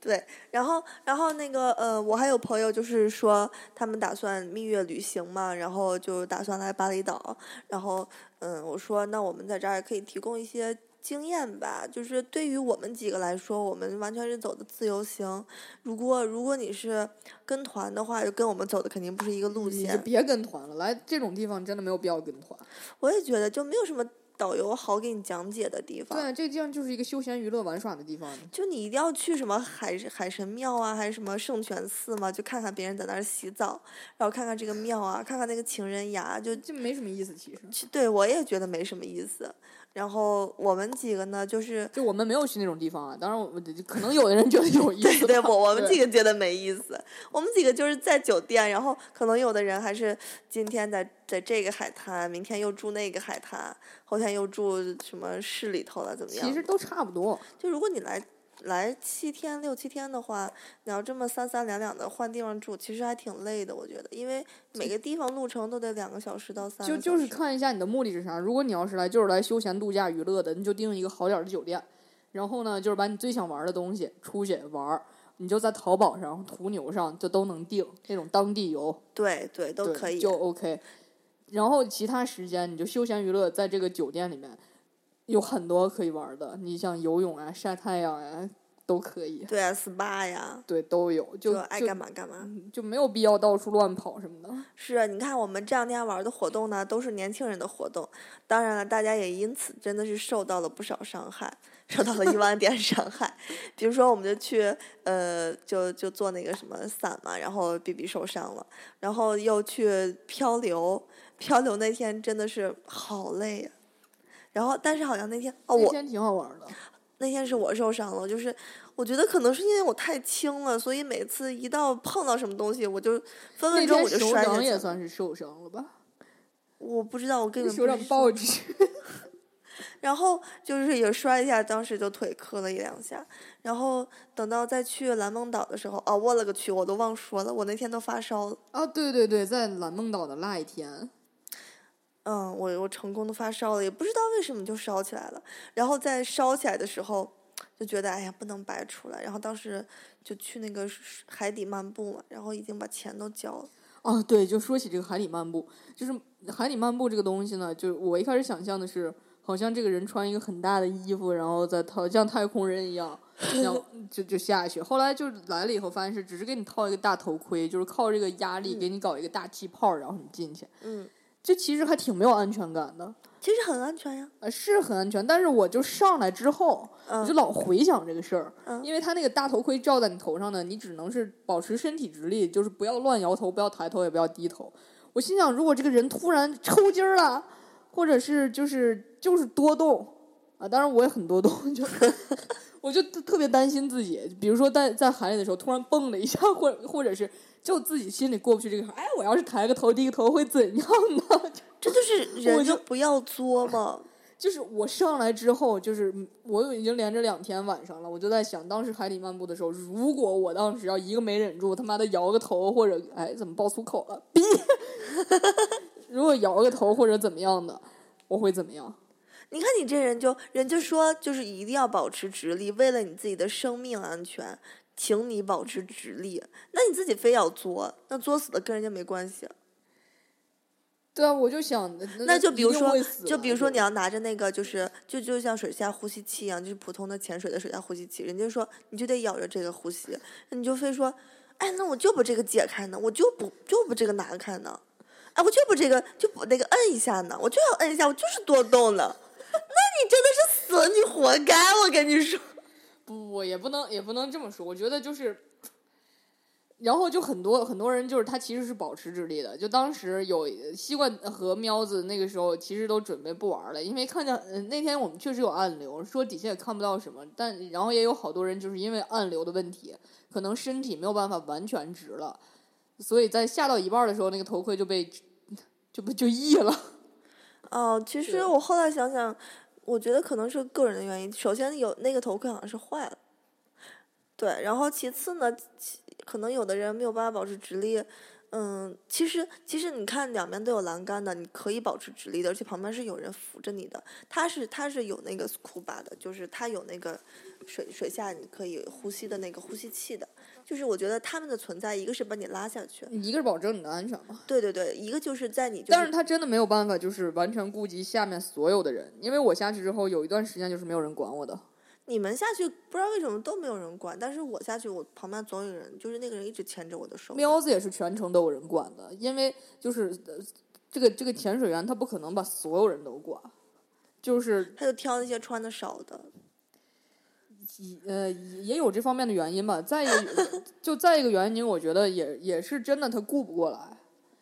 [SPEAKER 4] 对，然后，然后那个，呃，我还有朋友就是说，他们打算蜜月旅行嘛，然后就打算来巴厘岛，然后，嗯，我说那我们在这儿可以提供一些经验吧，就是对于我们几个来说，我们完全是走的自由行，如果如果你是跟团的话，就跟我们走的肯定不是一个路
[SPEAKER 3] 嗯你就
[SPEAKER 4] 线，
[SPEAKER 3] 别跟团了，来这种地方真的没有必要跟团。
[SPEAKER 4] 我也觉得就没有什么导游好给你讲解的地
[SPEAKER 3] 对
[SPEAKER 4] 方。
[SPEAKER 3] 啊，这个地方就是一个休闲娱乐玩耍的地方。
[SPEAKER 4] 就你一定要去什么海海神庙啊，还是什么圣泉寺嘛？就看看别人在那儿洗澡，然后看看这个庙啊，看看那个情人崖，就
[SPEAKER 3] 这没什么意思，其实
[SPEAKER 4] 其对我也觉得没什么意思。然后我们几个呢， 就是
[SPEAKER 3] 就我们没有去那种地方啊。当然，我们可能有的人觉得有意
[SPEAKER 4] 对
[SPEAKER 3] 思吧。
[SPEAKER 4] 对，我我们
[SPEAKER 3] 对
[SPEAKER 4] 几个觉得没意思。我们几个就是在酒店，然后可能有的人还是今天在在这个海滩，明天又住那个海滩，后天又住什么市里头了，怎么样？
[SPEAKER 3] 其实都差不多。
[SPEAKER 4] 就如果你来来七天六七天的话，你要这么三三两两的换地方住，其实还挺累的，我觉得，因为每个地方路程都得两个小时到三个
[SPEAKER 3] 就
[SPEAKER 4] 小
[SPEAKER 3] 就
[SPEAKER 4] 时。
[SPEAKER 3] 是看一下你的目的是啥。如果你要是来就是来休闲度假娱乐的，你就订一个好点儿的酒店，然后呢，就是把你最想玩儿的东西出去玩儿，你就在淘宝上、途牛上就都能订那种当地游，
[SPEAKER 4] 对对都
[SPEAKER 3] 对
[SPEAKER 4] 可以
[SPEAKER 3] 就 OK。然后其他时间你就休闲娱乐，在这个酒店里面有很多可以玩儿的，你像游泳啊、晒太阳啊都可以，
[SPEAKER 4] 对啊，SPA 呀，
[SPEAKER 3] 对，都有，就
[SPEAKER 4] 爱
[SPEAKER 3] 就
[SPEAKER 4] 干嘛干嘛。
[SPEAKER 3] 就没有必要到处乱跑什么的。
[SPEAKER 4] 是啊，你看我们这两天玩的活动呢，都是年轻人的活动，当然了，大家也因此真的是受到了不少伤害，受到了一万点伤害。比如说，我们就去呃，就就做那个什么伞嘛，然后 B B 受伤了，然后又去漂流，漂流那天真的是好累呀、然后，但是好像那天
[SPEAKER 3] 那
[SPEAKER 4] 哦，我
[SPEAKER 3] 天挺好玩儿的，
[SPEAKER 4] 那天是我受伤了，就是我觉得可能是因为我太轻了，所以每次一到碰到什么东西，我就分
[SPEAKER 3] 那
[SPEAKER 4] 分钟
[SPEAKER 3] 天
[SPEAKER 4] 我就
[SPEAKER 3] 手
[SPEAKER 4] 摔下
[SPEAKER 3] 掌
[SPEAKER 4] 去
[SPEAKER 3] 也
[SPEAKER 4] 了。
[SPEAKER 3] 算是受伤了吧。
[SPEAKER 4] 我不知道，我根本
[SPEAKER 3] 手
[SPEAKER 4] 不
[SPEAKER 3] 掌
[SPEAKER 4] 是
[SPEAKER 3] 抱 纸，
[SPEAKER 4] 然后就是也摔一下，当时就腿磕了一两下。然后等到再去蓝梦岛的时候，哦，我了个去，我都忘说了，我那天都发烧了。
[SPEAKER 3] 啊！对对对，在蓝梦岛的那一天，
[SPEAKER 4] 嗯，我我成功的发烧了，也不知道为什么就烧起来了。然后在烧起来的时候，就觉得哎呀不能白出来。然后当时就去那个水海底漫步嘛，然后已经把钱都交了。
[SPEAKER 3] 啊，对，就说起这个海底漫步，就是海底漫步这个东西呢，就是我一开始想象的是，好像这个人穿一个很大的衣服，然后在套像太空人一样，然后就就下去。后来就来了以后，发现是只是给你套一个大头盔，就是靠这个压力给你搞一个大气泡，然后你进去。
[SPEAKER 4] 嗯，
[SPEAKER 3] 这其实还挺没有安全感的，
[SPEAKER 4] 其实很安全呀。
[SPEAKER 3] 呃，是很安全，但是我就上来之后，我就
[SPEAKER 4] 嗯，
[SPEAKER 3] 老回想这个事儿，
[SPEAKER 4] 嗯
[SPEAKER 3] 因为他那个大头盔罩在你头上呢，你只能是保持身体直立，就是不要乱摇头，不要抬头，也不要低头。我心想，如果这个人突然抽筋儿了，或者是就是就是多动啊，当然我也很多动，就 我就特别担心自己，比如说在在海里的时候突然蹦了一下，或或者是就自己心里过不去这个坎儿，哎，我要是抬个头低个头会怎样呢？
[SPEAKER 4] 这就是
[SPEAKER 3] 我
[SPEAKER 4] 人就
[SPEAKER 3] 就
[SPEAKER 4] 不要作嘛。
[SPEAKER 3] 就是我上来之后，就是嗯我有已经连着两天晚上了，我就在想，当时海底漫步的时候，如果我当时要一个没忍住，他妈的摇个头或者哎怎么爆粗口了，逼， 如果摇个头或者怎么样的，我会怎么样？
[SPEAKER 4] 你看你这人就人就说就是一定要保持直立，为了你自己的生命安全，请你保持直立。那你自己非要作，那作死的跟人家没关系。
[SPEAKER 3] 对啊，我就想，
[SPEAKER 4] 那就比如说，就
[SPEAKER 3] 就
[SPEAKER 4] 比如说你要拿着那个，就是就就像水下呼吸器一样，就是普通的潜水的水下呼吸器，人家说你就得咬着这个呼吸，你就非说，哎，那我就把这个解开呢，我就不就不这个拿开呢，哎，我就不这个就不那个摁一下呢，我就要摁一下，我就是多动呢，那你真的是死，你活该，我跟你说，
[SPEAKER 3] 不不也不能也不能这么说，我觉得就是，然后就很多很多人就是他其实是保持直立的，就当时有西瓜和喵子那个时候其实都准备不玩了，因为看见呃那天我们确实有暗流，说底下也看不到什么，但然后也有好多人就是因为暗流的问题，可能身体没有办法完全直了，所以在下到一半的时候，那个头盔就被 就被就 翳了。
[SPEAKER 4] 哦，其
[SPEAKER 3] 是
[SPEAKER 4] 实我后来想想，我觉得可能是个人的原因。首先有那个头盔好像是坏了，对，然后其次呢，其可能有的人没有办法保持直立。嗯，其实其实你看两边都有栏杆的，你可以保持直立的，而且旁边是有人扶着你的。它是它是有那个 scuba 的，就是它有那个水水下你可以呼吸的那个呼吸器的。就是我觉得他们的存在，一个是把你拉下去，
[SPEAKER 3] 一个是保证你的安全嘛，
[SPEAKER 4] 对对对，一个就是在你就
[SPEAKER 3] 但是他真的没有办法，就是完全顾及下面所有的人，因为我下去之后有一段时间就是没有人管我的。
[SPEAKER 4] 你们下去不知道为什么都没有人管，但是我下去，我旁边总有人，就是那个人一直牵着我的手。
[SPEAKER 3] 喵子也是全程都有人管的，因为就是呃这个这个潜水员他不可能把所有人都管，就是
[SPEAKER 4] 他就挑那些穿的少的。
[SPEAKER 3] 呃也也有这方面的原因吧。再一个 就再一个原因，我觉得也也是真的他顾不过来。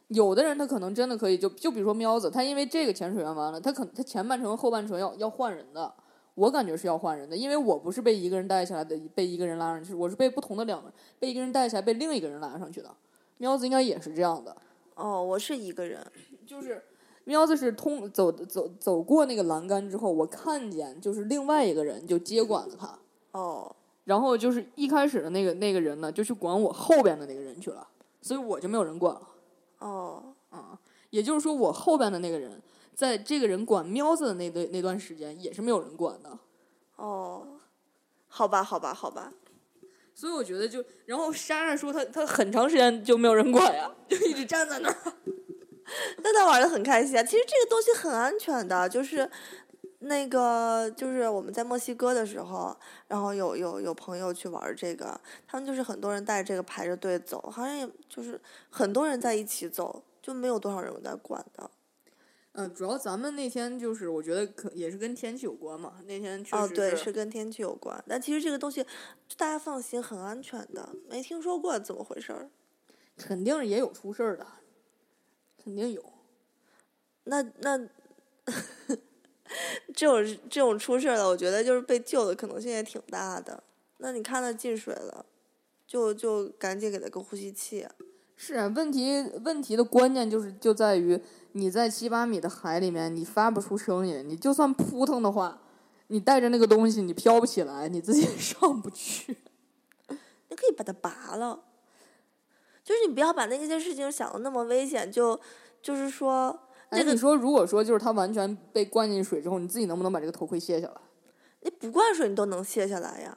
[SPEAKER 3] 有的人他可能真的可以，就就比如说喵子，他因为这个潜水员完了，他可他前半程和后半程要要换人的，我感觉是要换人的，因为我不是被一个人带下来的，被一个人拉上去，我是被不同的两个被一个人带下来，被另一个人拉上去的。喵子应该也是这样的，
[SPEAKER 4] 哦，我是一个人，
[SPEAKER 3] 就是喵子是通走走走过那个栏杆之后，我看见就是另外一个人就接管了他，
[SPEAKER 4] 哦，
[SPEAKER 3] 然后就是一开始的那个那个人呢，就去管我后边的那个人去了，所以我就没有人管了。
[SPEAKER 4] 哦，
[SPEAKER 3] 也就是说，我后边的那个人，在这个人管喵子的那段那段时间，也是没有人管的。
[SPEAKER 4] 哦，好吧，好吧，好吧，
[SPEAKER 3] 所以我觉得就，然后莎莎说她她很长时间就没有人管呀， 就一直站在那 儿。
[SPEAKER 4] 那他玩的很开心啊。其实这个东西很安全的，就是那个就是我们在墨西哥的时候，然后有有有朋友去玩这个，他们就是很多人带着这个排着队走，好像也就是很多人在一起走，就没有多少人在管的。
[SPEAKER 3] 嗯，主要咱们那天就是，我觉得可也是跟天气有关嘛。那天确实
[SPEAKER 4] 哦，对，是跟天气有关。但其实这个东西，大家放心，很安全的，没听说过怎么回事儿。
[SPEAKER 3] 肯定也有出事儿的，肯定有。
[SPEAKER 4] 那那 这种这种出事儿的，我觉得就是被救的可能性也挺大的。那你看他进水了，就就赶紧给他个呼吸器。
[SPEAKER 3] 是啊，问题问题的关键就是就在于你在七八米的海里面，你发不出声音，你就算扑腾的话，你带着那个东西你飘不起来，你自己 也上不去。
[SPEAKER 4] 你可以把它拔了，就是你不要把那件事情想的那么危险，就就是说
[SPEAKER 3] 哎，
[SPEAKER 4] 这个
[SPEAKER 3] 你说如果说就是他完全被灌进水之后，你自己能不能把这个头盔卸下来？
[SPEAKER 4] 你不灌水你都能卸下来呀。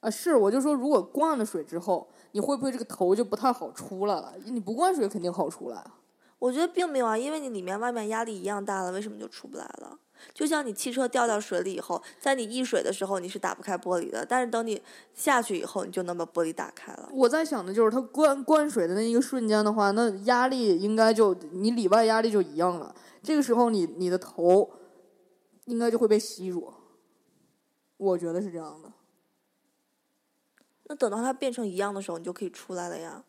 [SPEAKER 3] 啊，是，我就说如果灌了水之后，你会不会这个头就不太好出来了？你不灌水肯定好出来啊。
[SPEAKER 4] 我觉得并没有啊，因为你里面外面压力一样大了，为什么就出不来了？就像你汽车掉到水里以后，在你溢水的时候你是打不开玻璃的，但是等你下去以后，你就能把玻璃打开了。
[SPEAKER 3] 我在想的就是，它灌灌水的那一个瞬间的话，那压力应该就你里外压力就一样了。这个时候你，你的头应该就会被吸住，我觉得是这样的。
[SPEAKER 4] 那等到它变成一样的时候，你就可以出来了呀。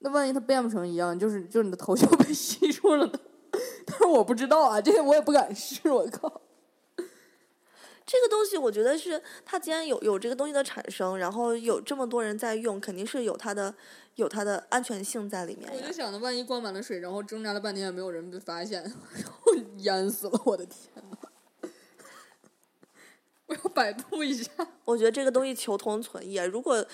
[SPEAKER 3] 那万一它变不成一样，就是就是你的头就被吸住了呢？ 但是我不知道啊，这个我也不敢试，我靠。
[SPEAKER 4] 这个东西我觉得是它既然有有这个东西的产生，然后有这么多人在用，肯定是有它的有它的安全性在里面
[SPEAKER 3] 我
[SPEAKER 4] 呀
[SPEAKER 3] 就。想着，万一灌满了水，然后挣扎了半天也没有人被发现，然后淹死了，我的天呐。 我要百度一下。
[SPEAKER 4] 我觉得这个东西求同存异啊，如果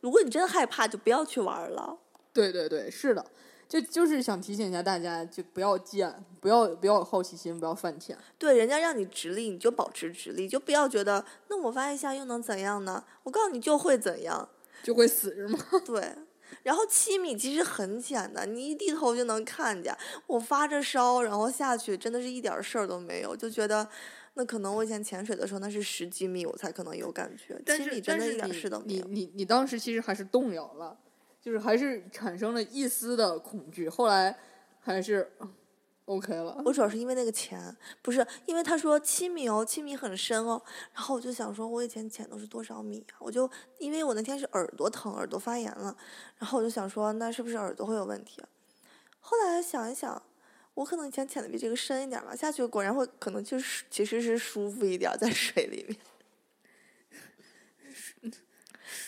[SPEAKER 4] 如果你真害怕，就不要去玩儿了。
[SPEAKER 3] 对对对，是的，就就是想提醒一下大家，就不要贱，不要不要有好奇心，不要犯贱。
[SPEAKER 4] 对，人家让你直立，你就保持直立，就不要觉得那我挖一下又能怎样呢？我告诉你就会怎 样。
[SPEAKER 3] 就会死是吗？
[SPEAKER 4] 对，然后七米其实很浅的，你一低头就能看见。我发着烧，然后下去，真的是一点儿事儿都没有，就觉得那可能我以前潜水的时候，那是十几米我才可能有感觉，
[SPEAKER 3] 但
[SPEAKER 4] 七
[SPEAKER 3] 是
[SPEAKER 4] 米
[SPEAKER 3] 但
[SPEAKER 4] 真的
[SPEAKER 3] 是
[SPEAKER 4] 一点儿事都没
[SPEAKER 3] 你你
[SPEAKER 4] 有。
[SPEAKER 3] 你你当时其实还是动摇了，就是还是产生了一丝的恐惧，后来还是嗯 OK 了。
[SPEAKER 4] 我主要是因为那个钱，不是因为他说七米哦，七米很深哦，然后我就想说，我以前潜都是多少米啊？我就因为我那天是耳朵疼，耳朵发炎了，然后我就想说，那是不是耳朵会有问题啊？后来想一想，我可能以前潜的比这个深一点吧，下去果然会可能就是其实是舒服一点儿在水里面。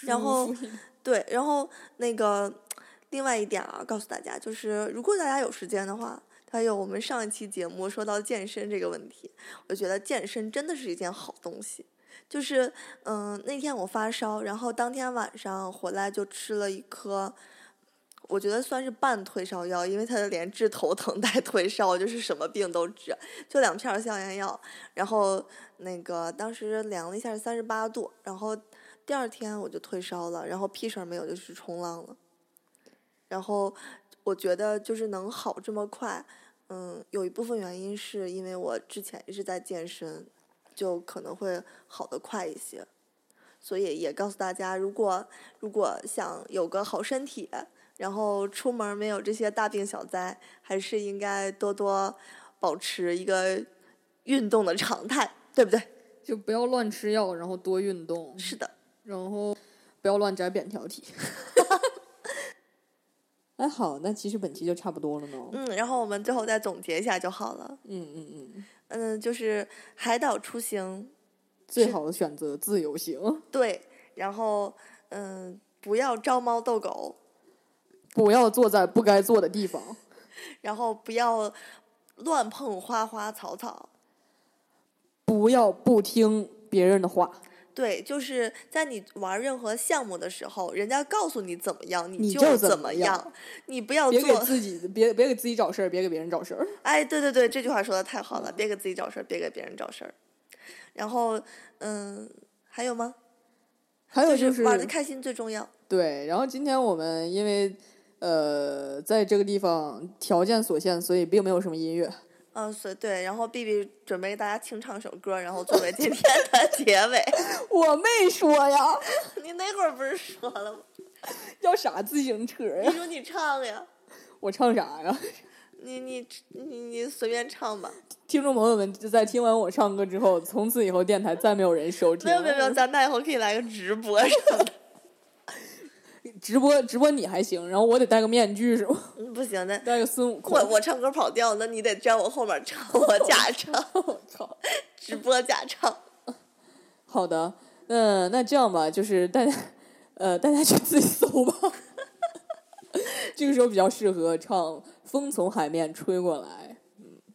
[SPEAKER 4] 然后
[SPEAKER 3] 舒服一点
[SPEAKER 4] 对，然后那个另外一点啊，告诉大家就是，如果大家有时间的话，还有我们上一期节目说到健身这个问题，我觉得健身真的是一件好东西。就是，嗯，那天我发烧，然后当天晚上回来就吃了一颗，我觉得算是半退烧药，因为它连治头疼带退烧，就是什么病都治，就两片儿消炎药。然后那个当时量了一下是三十八度，然后第二天我就退烧了，然后屁事儿没有，就去冲浪了。然后我觉得就是能好这么快，嗯，有一部分原因是因为我之前一直在健身，就可能会好得快一些。所以也告诉大家，如果如果想有个好身体，然后出门没有这些大病小灾，还是应该多多保持一个运动的常态，对不对？
[SPEAKER 3] 就不要乱吃药，然后多运动，
[SPEAKER 4] 是的，
[SPEAKER 3] 然后不要乱摘扁条 体。哎，好，那其实本期就差不多了呢。
[SPEAKER 4] 嗯，然后我们最后再总结一下就好了。
[SPEAKER 3] 嗯嗯嗯，
[SPEAKER 4] 嗯，就是海岛出行，
[SPEAKER 3] 最好的选择自由行，
[SPEAKER 4] 对，然后嗯，不要招猫逗狗，
[SPEAKER 3] 不要坐在不该坐的地方，
[SPEAKER 4] 然后不要乱碰花花草草。
[SPEAKER 3] 不要不听别人的话，
[SPEAKER 4] 对，就是在你玩任何项目的时候，人家告诉你怎么样，
[SPEAKER 3] 你
[SPEAKER 4] 就
[SPEAKER 3] 就怎
[SPEAKER 4] 怎
[SPEAKER 3] 么
[SPEAKER 4] 样，
[SPEAKER 3] 样
[SPEAKER 4] 你不要
[SPEAKER 3] 别给
[SPEAKER 4] 做。
[SPEAKER 3] 自己别别给自己找事儿，别给别人找 事儿。
[SPEAKER 4] 哎，对对对，这句话说的太好了，别给自己找事儿，别给别人找事儿。然后，嗯，还有吗？
[SPEAKER 3] 还有
[SPEAKER 4] 就
[SPEAKER 3] 就是
[SPEAKER 4] 玩的开心最重要。
[SPEAKER 3] 对，然后今天我们因为呃在这个地方条件所限，所以并没有什么音乐。
[SPEAKER 4] 嗯，所以对，然后 B B 准备给大家清唱首歌，然后作为今天的结尾。
[SPEAKER 3] 我没说呀，
[SPEAKER 4] 你那会儿不是说了吗？
[SPEAKER 3] 要啥自行车
[SPEAKER 4] 你
[SPEAKER 3] 呀？
[SPEAKER 4] 说你唱呀，
[SPEAKER 3] 我唱啥呀？
[SPEAKER 4] 你你你你随便唱吧。
[SPEAKER 3] 听众朋友们就在听完我唱歌之后，从此以后电台再没有人收听。
[SPEAKER 4] 没有没有没有，咱们以后可以来个直播什么的。
[SPEAKER 3] 直播直播你还行，然后我得戴个面具是吧？
[SPEAKER 4] 嗯不行的，
[SPEAKER 3] 戴个孙悟空。
[SPEAKER 4] 我我唱歌跑调，那你得在我后面唱，我假唱，
[SPEAKER 3] 我靠！
[SPEAKER 4] 直播假唱。
[SPEAKER 3] 好的，那那这样吧，就是大家，呃，大家去自己搜吧。 这个时候比较适合唱《风从海面吹过来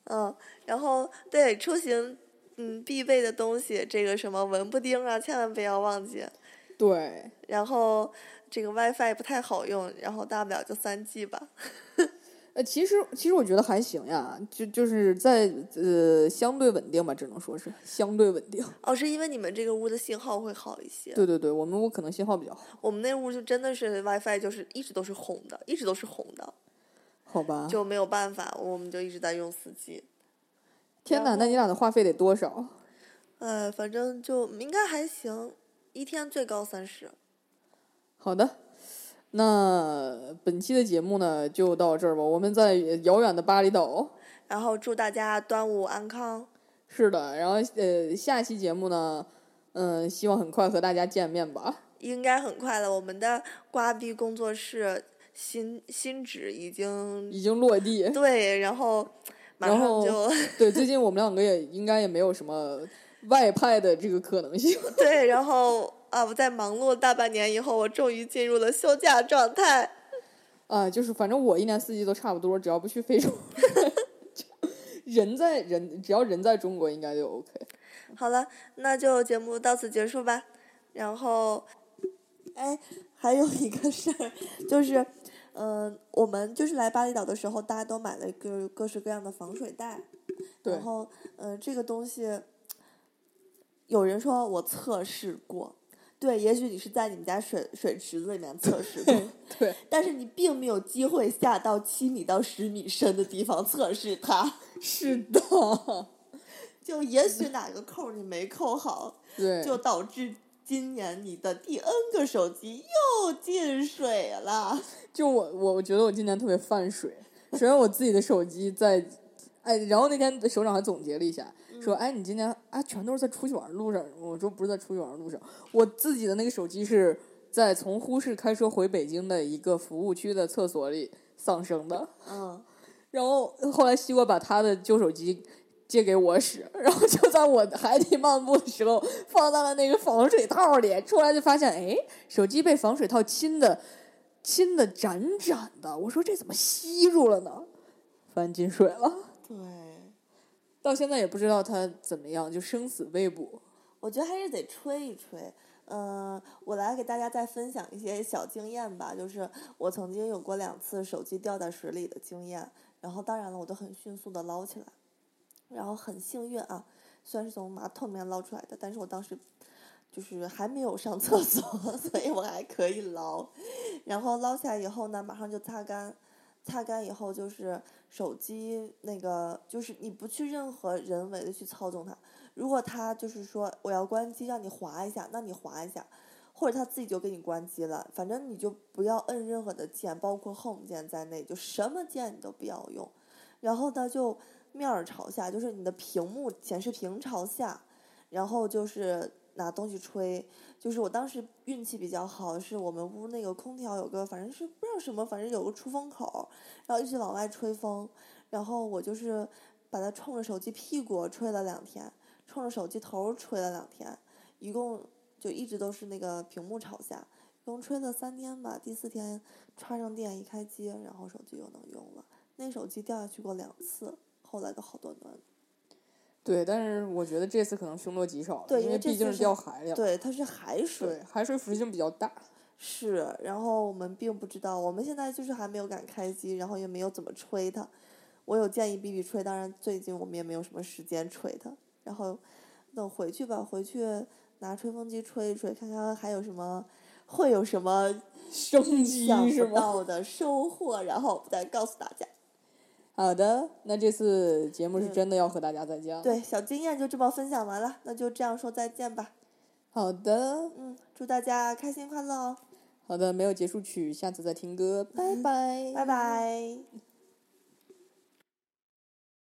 [SPEAKER 4] 嗯，然后对出行，嗯，必备的东西，这个什么文不丁啊，千万不要忘记。》。
[SPEAKER 3] 对，
[SPEAKER 4] 然后这个 WiFi 不太好用，然后大不了就三 G 吧。
[SPEAKER 3] 呃，其实其实我觉得还行呀，就就是在呃相对稳定吧，只能说是相对稳定。
[SPEAKER 4] 哦，是因为你们这个屋的信号会好一些。
[SPEAKER 3] 对对对，我们屋可能信号比较好，
[SPEAKER 4] 我们那屋就真的是 WiFi 就是一直都是红的，一直都是红的，
[SPEAKER 3] 好吧？
[SPEAKER 4] 就没有办法，我们就一直在用 4G。
[SPEAKER 3] 天哪，那你俩的话费得多少？
[SPEAKER 4] 呃，反正就应该还行，一天最高三十。
[SPEAKER 3] 好的，那本期的节目呢就到这儿吧。我们在遥远的巴厘岛。
[SPEAKER 4] 然后祝大家端午安康，
[SPEAKER 3] 是的，然后呃，下期节目呢，嗯、希望很快和大家见面吧。
[SPEAKER 4] 应该很快了。我们的瓜逼工作室新新址已经
[SPEAKER 3] 已经落地，
[SPEAKER 4] 对，然后马
[SPEAKER 3] 然
[SPEAKER 4] 上
[SPEAKER 3] 后
[SPEAKER 4] 就
[SPEAKER 3] 对，最近我们两个也应该也没有什么外派的这个可能性。
[SPEAKER 4] 对，然后啊，我在忙碌大半年以后，我终于进入了休假状态。
[SPEAKER 3] 啊、就是反正我一年四季都差不多，只要不 去非洲，人在人只要人在中国应该就 OK。
[SPEAKER 4] 好了，那就节目到此结束吧。然后，哎，还有一个事儿，就是，嗯、我们就是来巴厘岛的时候，大家都买了各各式各样的防水袋。
[SPEAKER 3] 对
[SPEAKER 4] 然后，嗯、这个东西，有人说我测试过，对，也许你是在你们家水水池子里面测试过，
[SPEAKER 3] 对，
[SPEAKER 4] 但是你并没有机会下到七米到十米深的地方测试它。
[SPEAKER 3] 是的，
[SPEAKER 4] 就也许哪个扣儿你没扣好，
[SPEAKER 3] 对，
[SPEAKER 4] 就导致今年你的第 N 个手机又进水了。
[SPEAKER 3] 就我我我觉得我今年特别犯水。首先我自己的手机在，哎，然后那天首长还总结了一下，说哎你今年啊全都是在出去玩儿路上，我说不是在出去玩儿路上，我自己的那个手机是在从呼市开车回北京的一个服务区的厕所里丧生的。
[SPEAKER 4] 嗯，
[SPEAKER 3] 然后后来西瓜把他的旧手机借给我使，然后就在我海底漫步的时候放在了那个防水套里，出来就发现，哎，手机被防水套浸的浸的展展的，我说这怎么吸住了呢？翻进水了，
[SPEAKER 4] 对，
[SPEAKER 3] 到现在也不知道它怎么样，就生死未卜。
[SPEAKER 4] 我觉得还是得吹一吹。嗯，我来给大家再分享一些小经验吧，就是我曾经有过两次手机掉在水里的经验，然后当然了，我都很迅速的捞起来，然后很幸运啊，虽然是从马桶里面捞出来的，但是我当时就是还没有上厕所， 所以我还可以捞。然后捞起来以后呢，马上就擦干，擦干以后就是手机那个，就是你不去任何人为的去操纵它。如果它就是说我要关机，让你划一下，那你划一下，或者它自己就给你关机了。反正你就不要摁任何的键，包括 Home 键在内，就什么键你都不要用。然后呢，就面儿朝下，就是你的屏幕显示屏朝下，然后就是拿东西吹。就是我当时运气比较好，是我们屋那个空调有个，反正是不知道什么，反正有个出风口，然后一直往外吹风，然后我就是把它冲着手机屁股吹了两天，冲着手机头吹了两天，一共就一直都是那个屏幕朝下，一共吹了三天吧。第四天插上电一开机，然后手机又能用了。那手机掉下去过两次，后来都好端端的。
[SPEAKER 3] 对，但是我觉得这次可能凶多吉少了，
[SPEAKER 4] 对
[SPEAKER 3] 因
[SPEAKER 4] 因为这
[SPEAKER 3] 毕竟
[SPEAKER 4] 次
[SPEAKER 3] 是
[SPEAKER 4] 是
[SPEAKER 3] 掉海里了。
[SPEAKER 4] 对，它是海水
[SPEAKER 3] 对，，海水浮性比较大。
[SPEAKER 4] 是，然后我们并不知道，我们现在就是还没有敢开机，然后也没有怎么吹它。我有建议 B B 吹，当然最近我们也没有什么时间吹它。然后等回去吧，回去拿吹风机吹一吹，看看还有什么，会有什么
[SPEAKER 3] 生机
[SPEAKER 4] 想
[SPEAKER 3] 是
[SPEAKER 4] 不
[SPEAKER 3] 吗？
[SPEAKER 4] 到的收获，然后再告诉大家。
[SPEAKER 3] 好的，那这次节目是
[SPEAKER 4] 嗯
[SPEAKER 3] 真的要和大家再见了。
[SPEAKER 4] 对，小经验就这么分享完了，那就这样说再见吧。
[SPEAKER 3] 好的，
[SPEAKER 4] 嗯，祝大家开心快乐哦，
[SPEAKER 3] 嗯好的，没有结束曲，下次再听歌，拜拜，
[SPEAKER 4] 拜拜。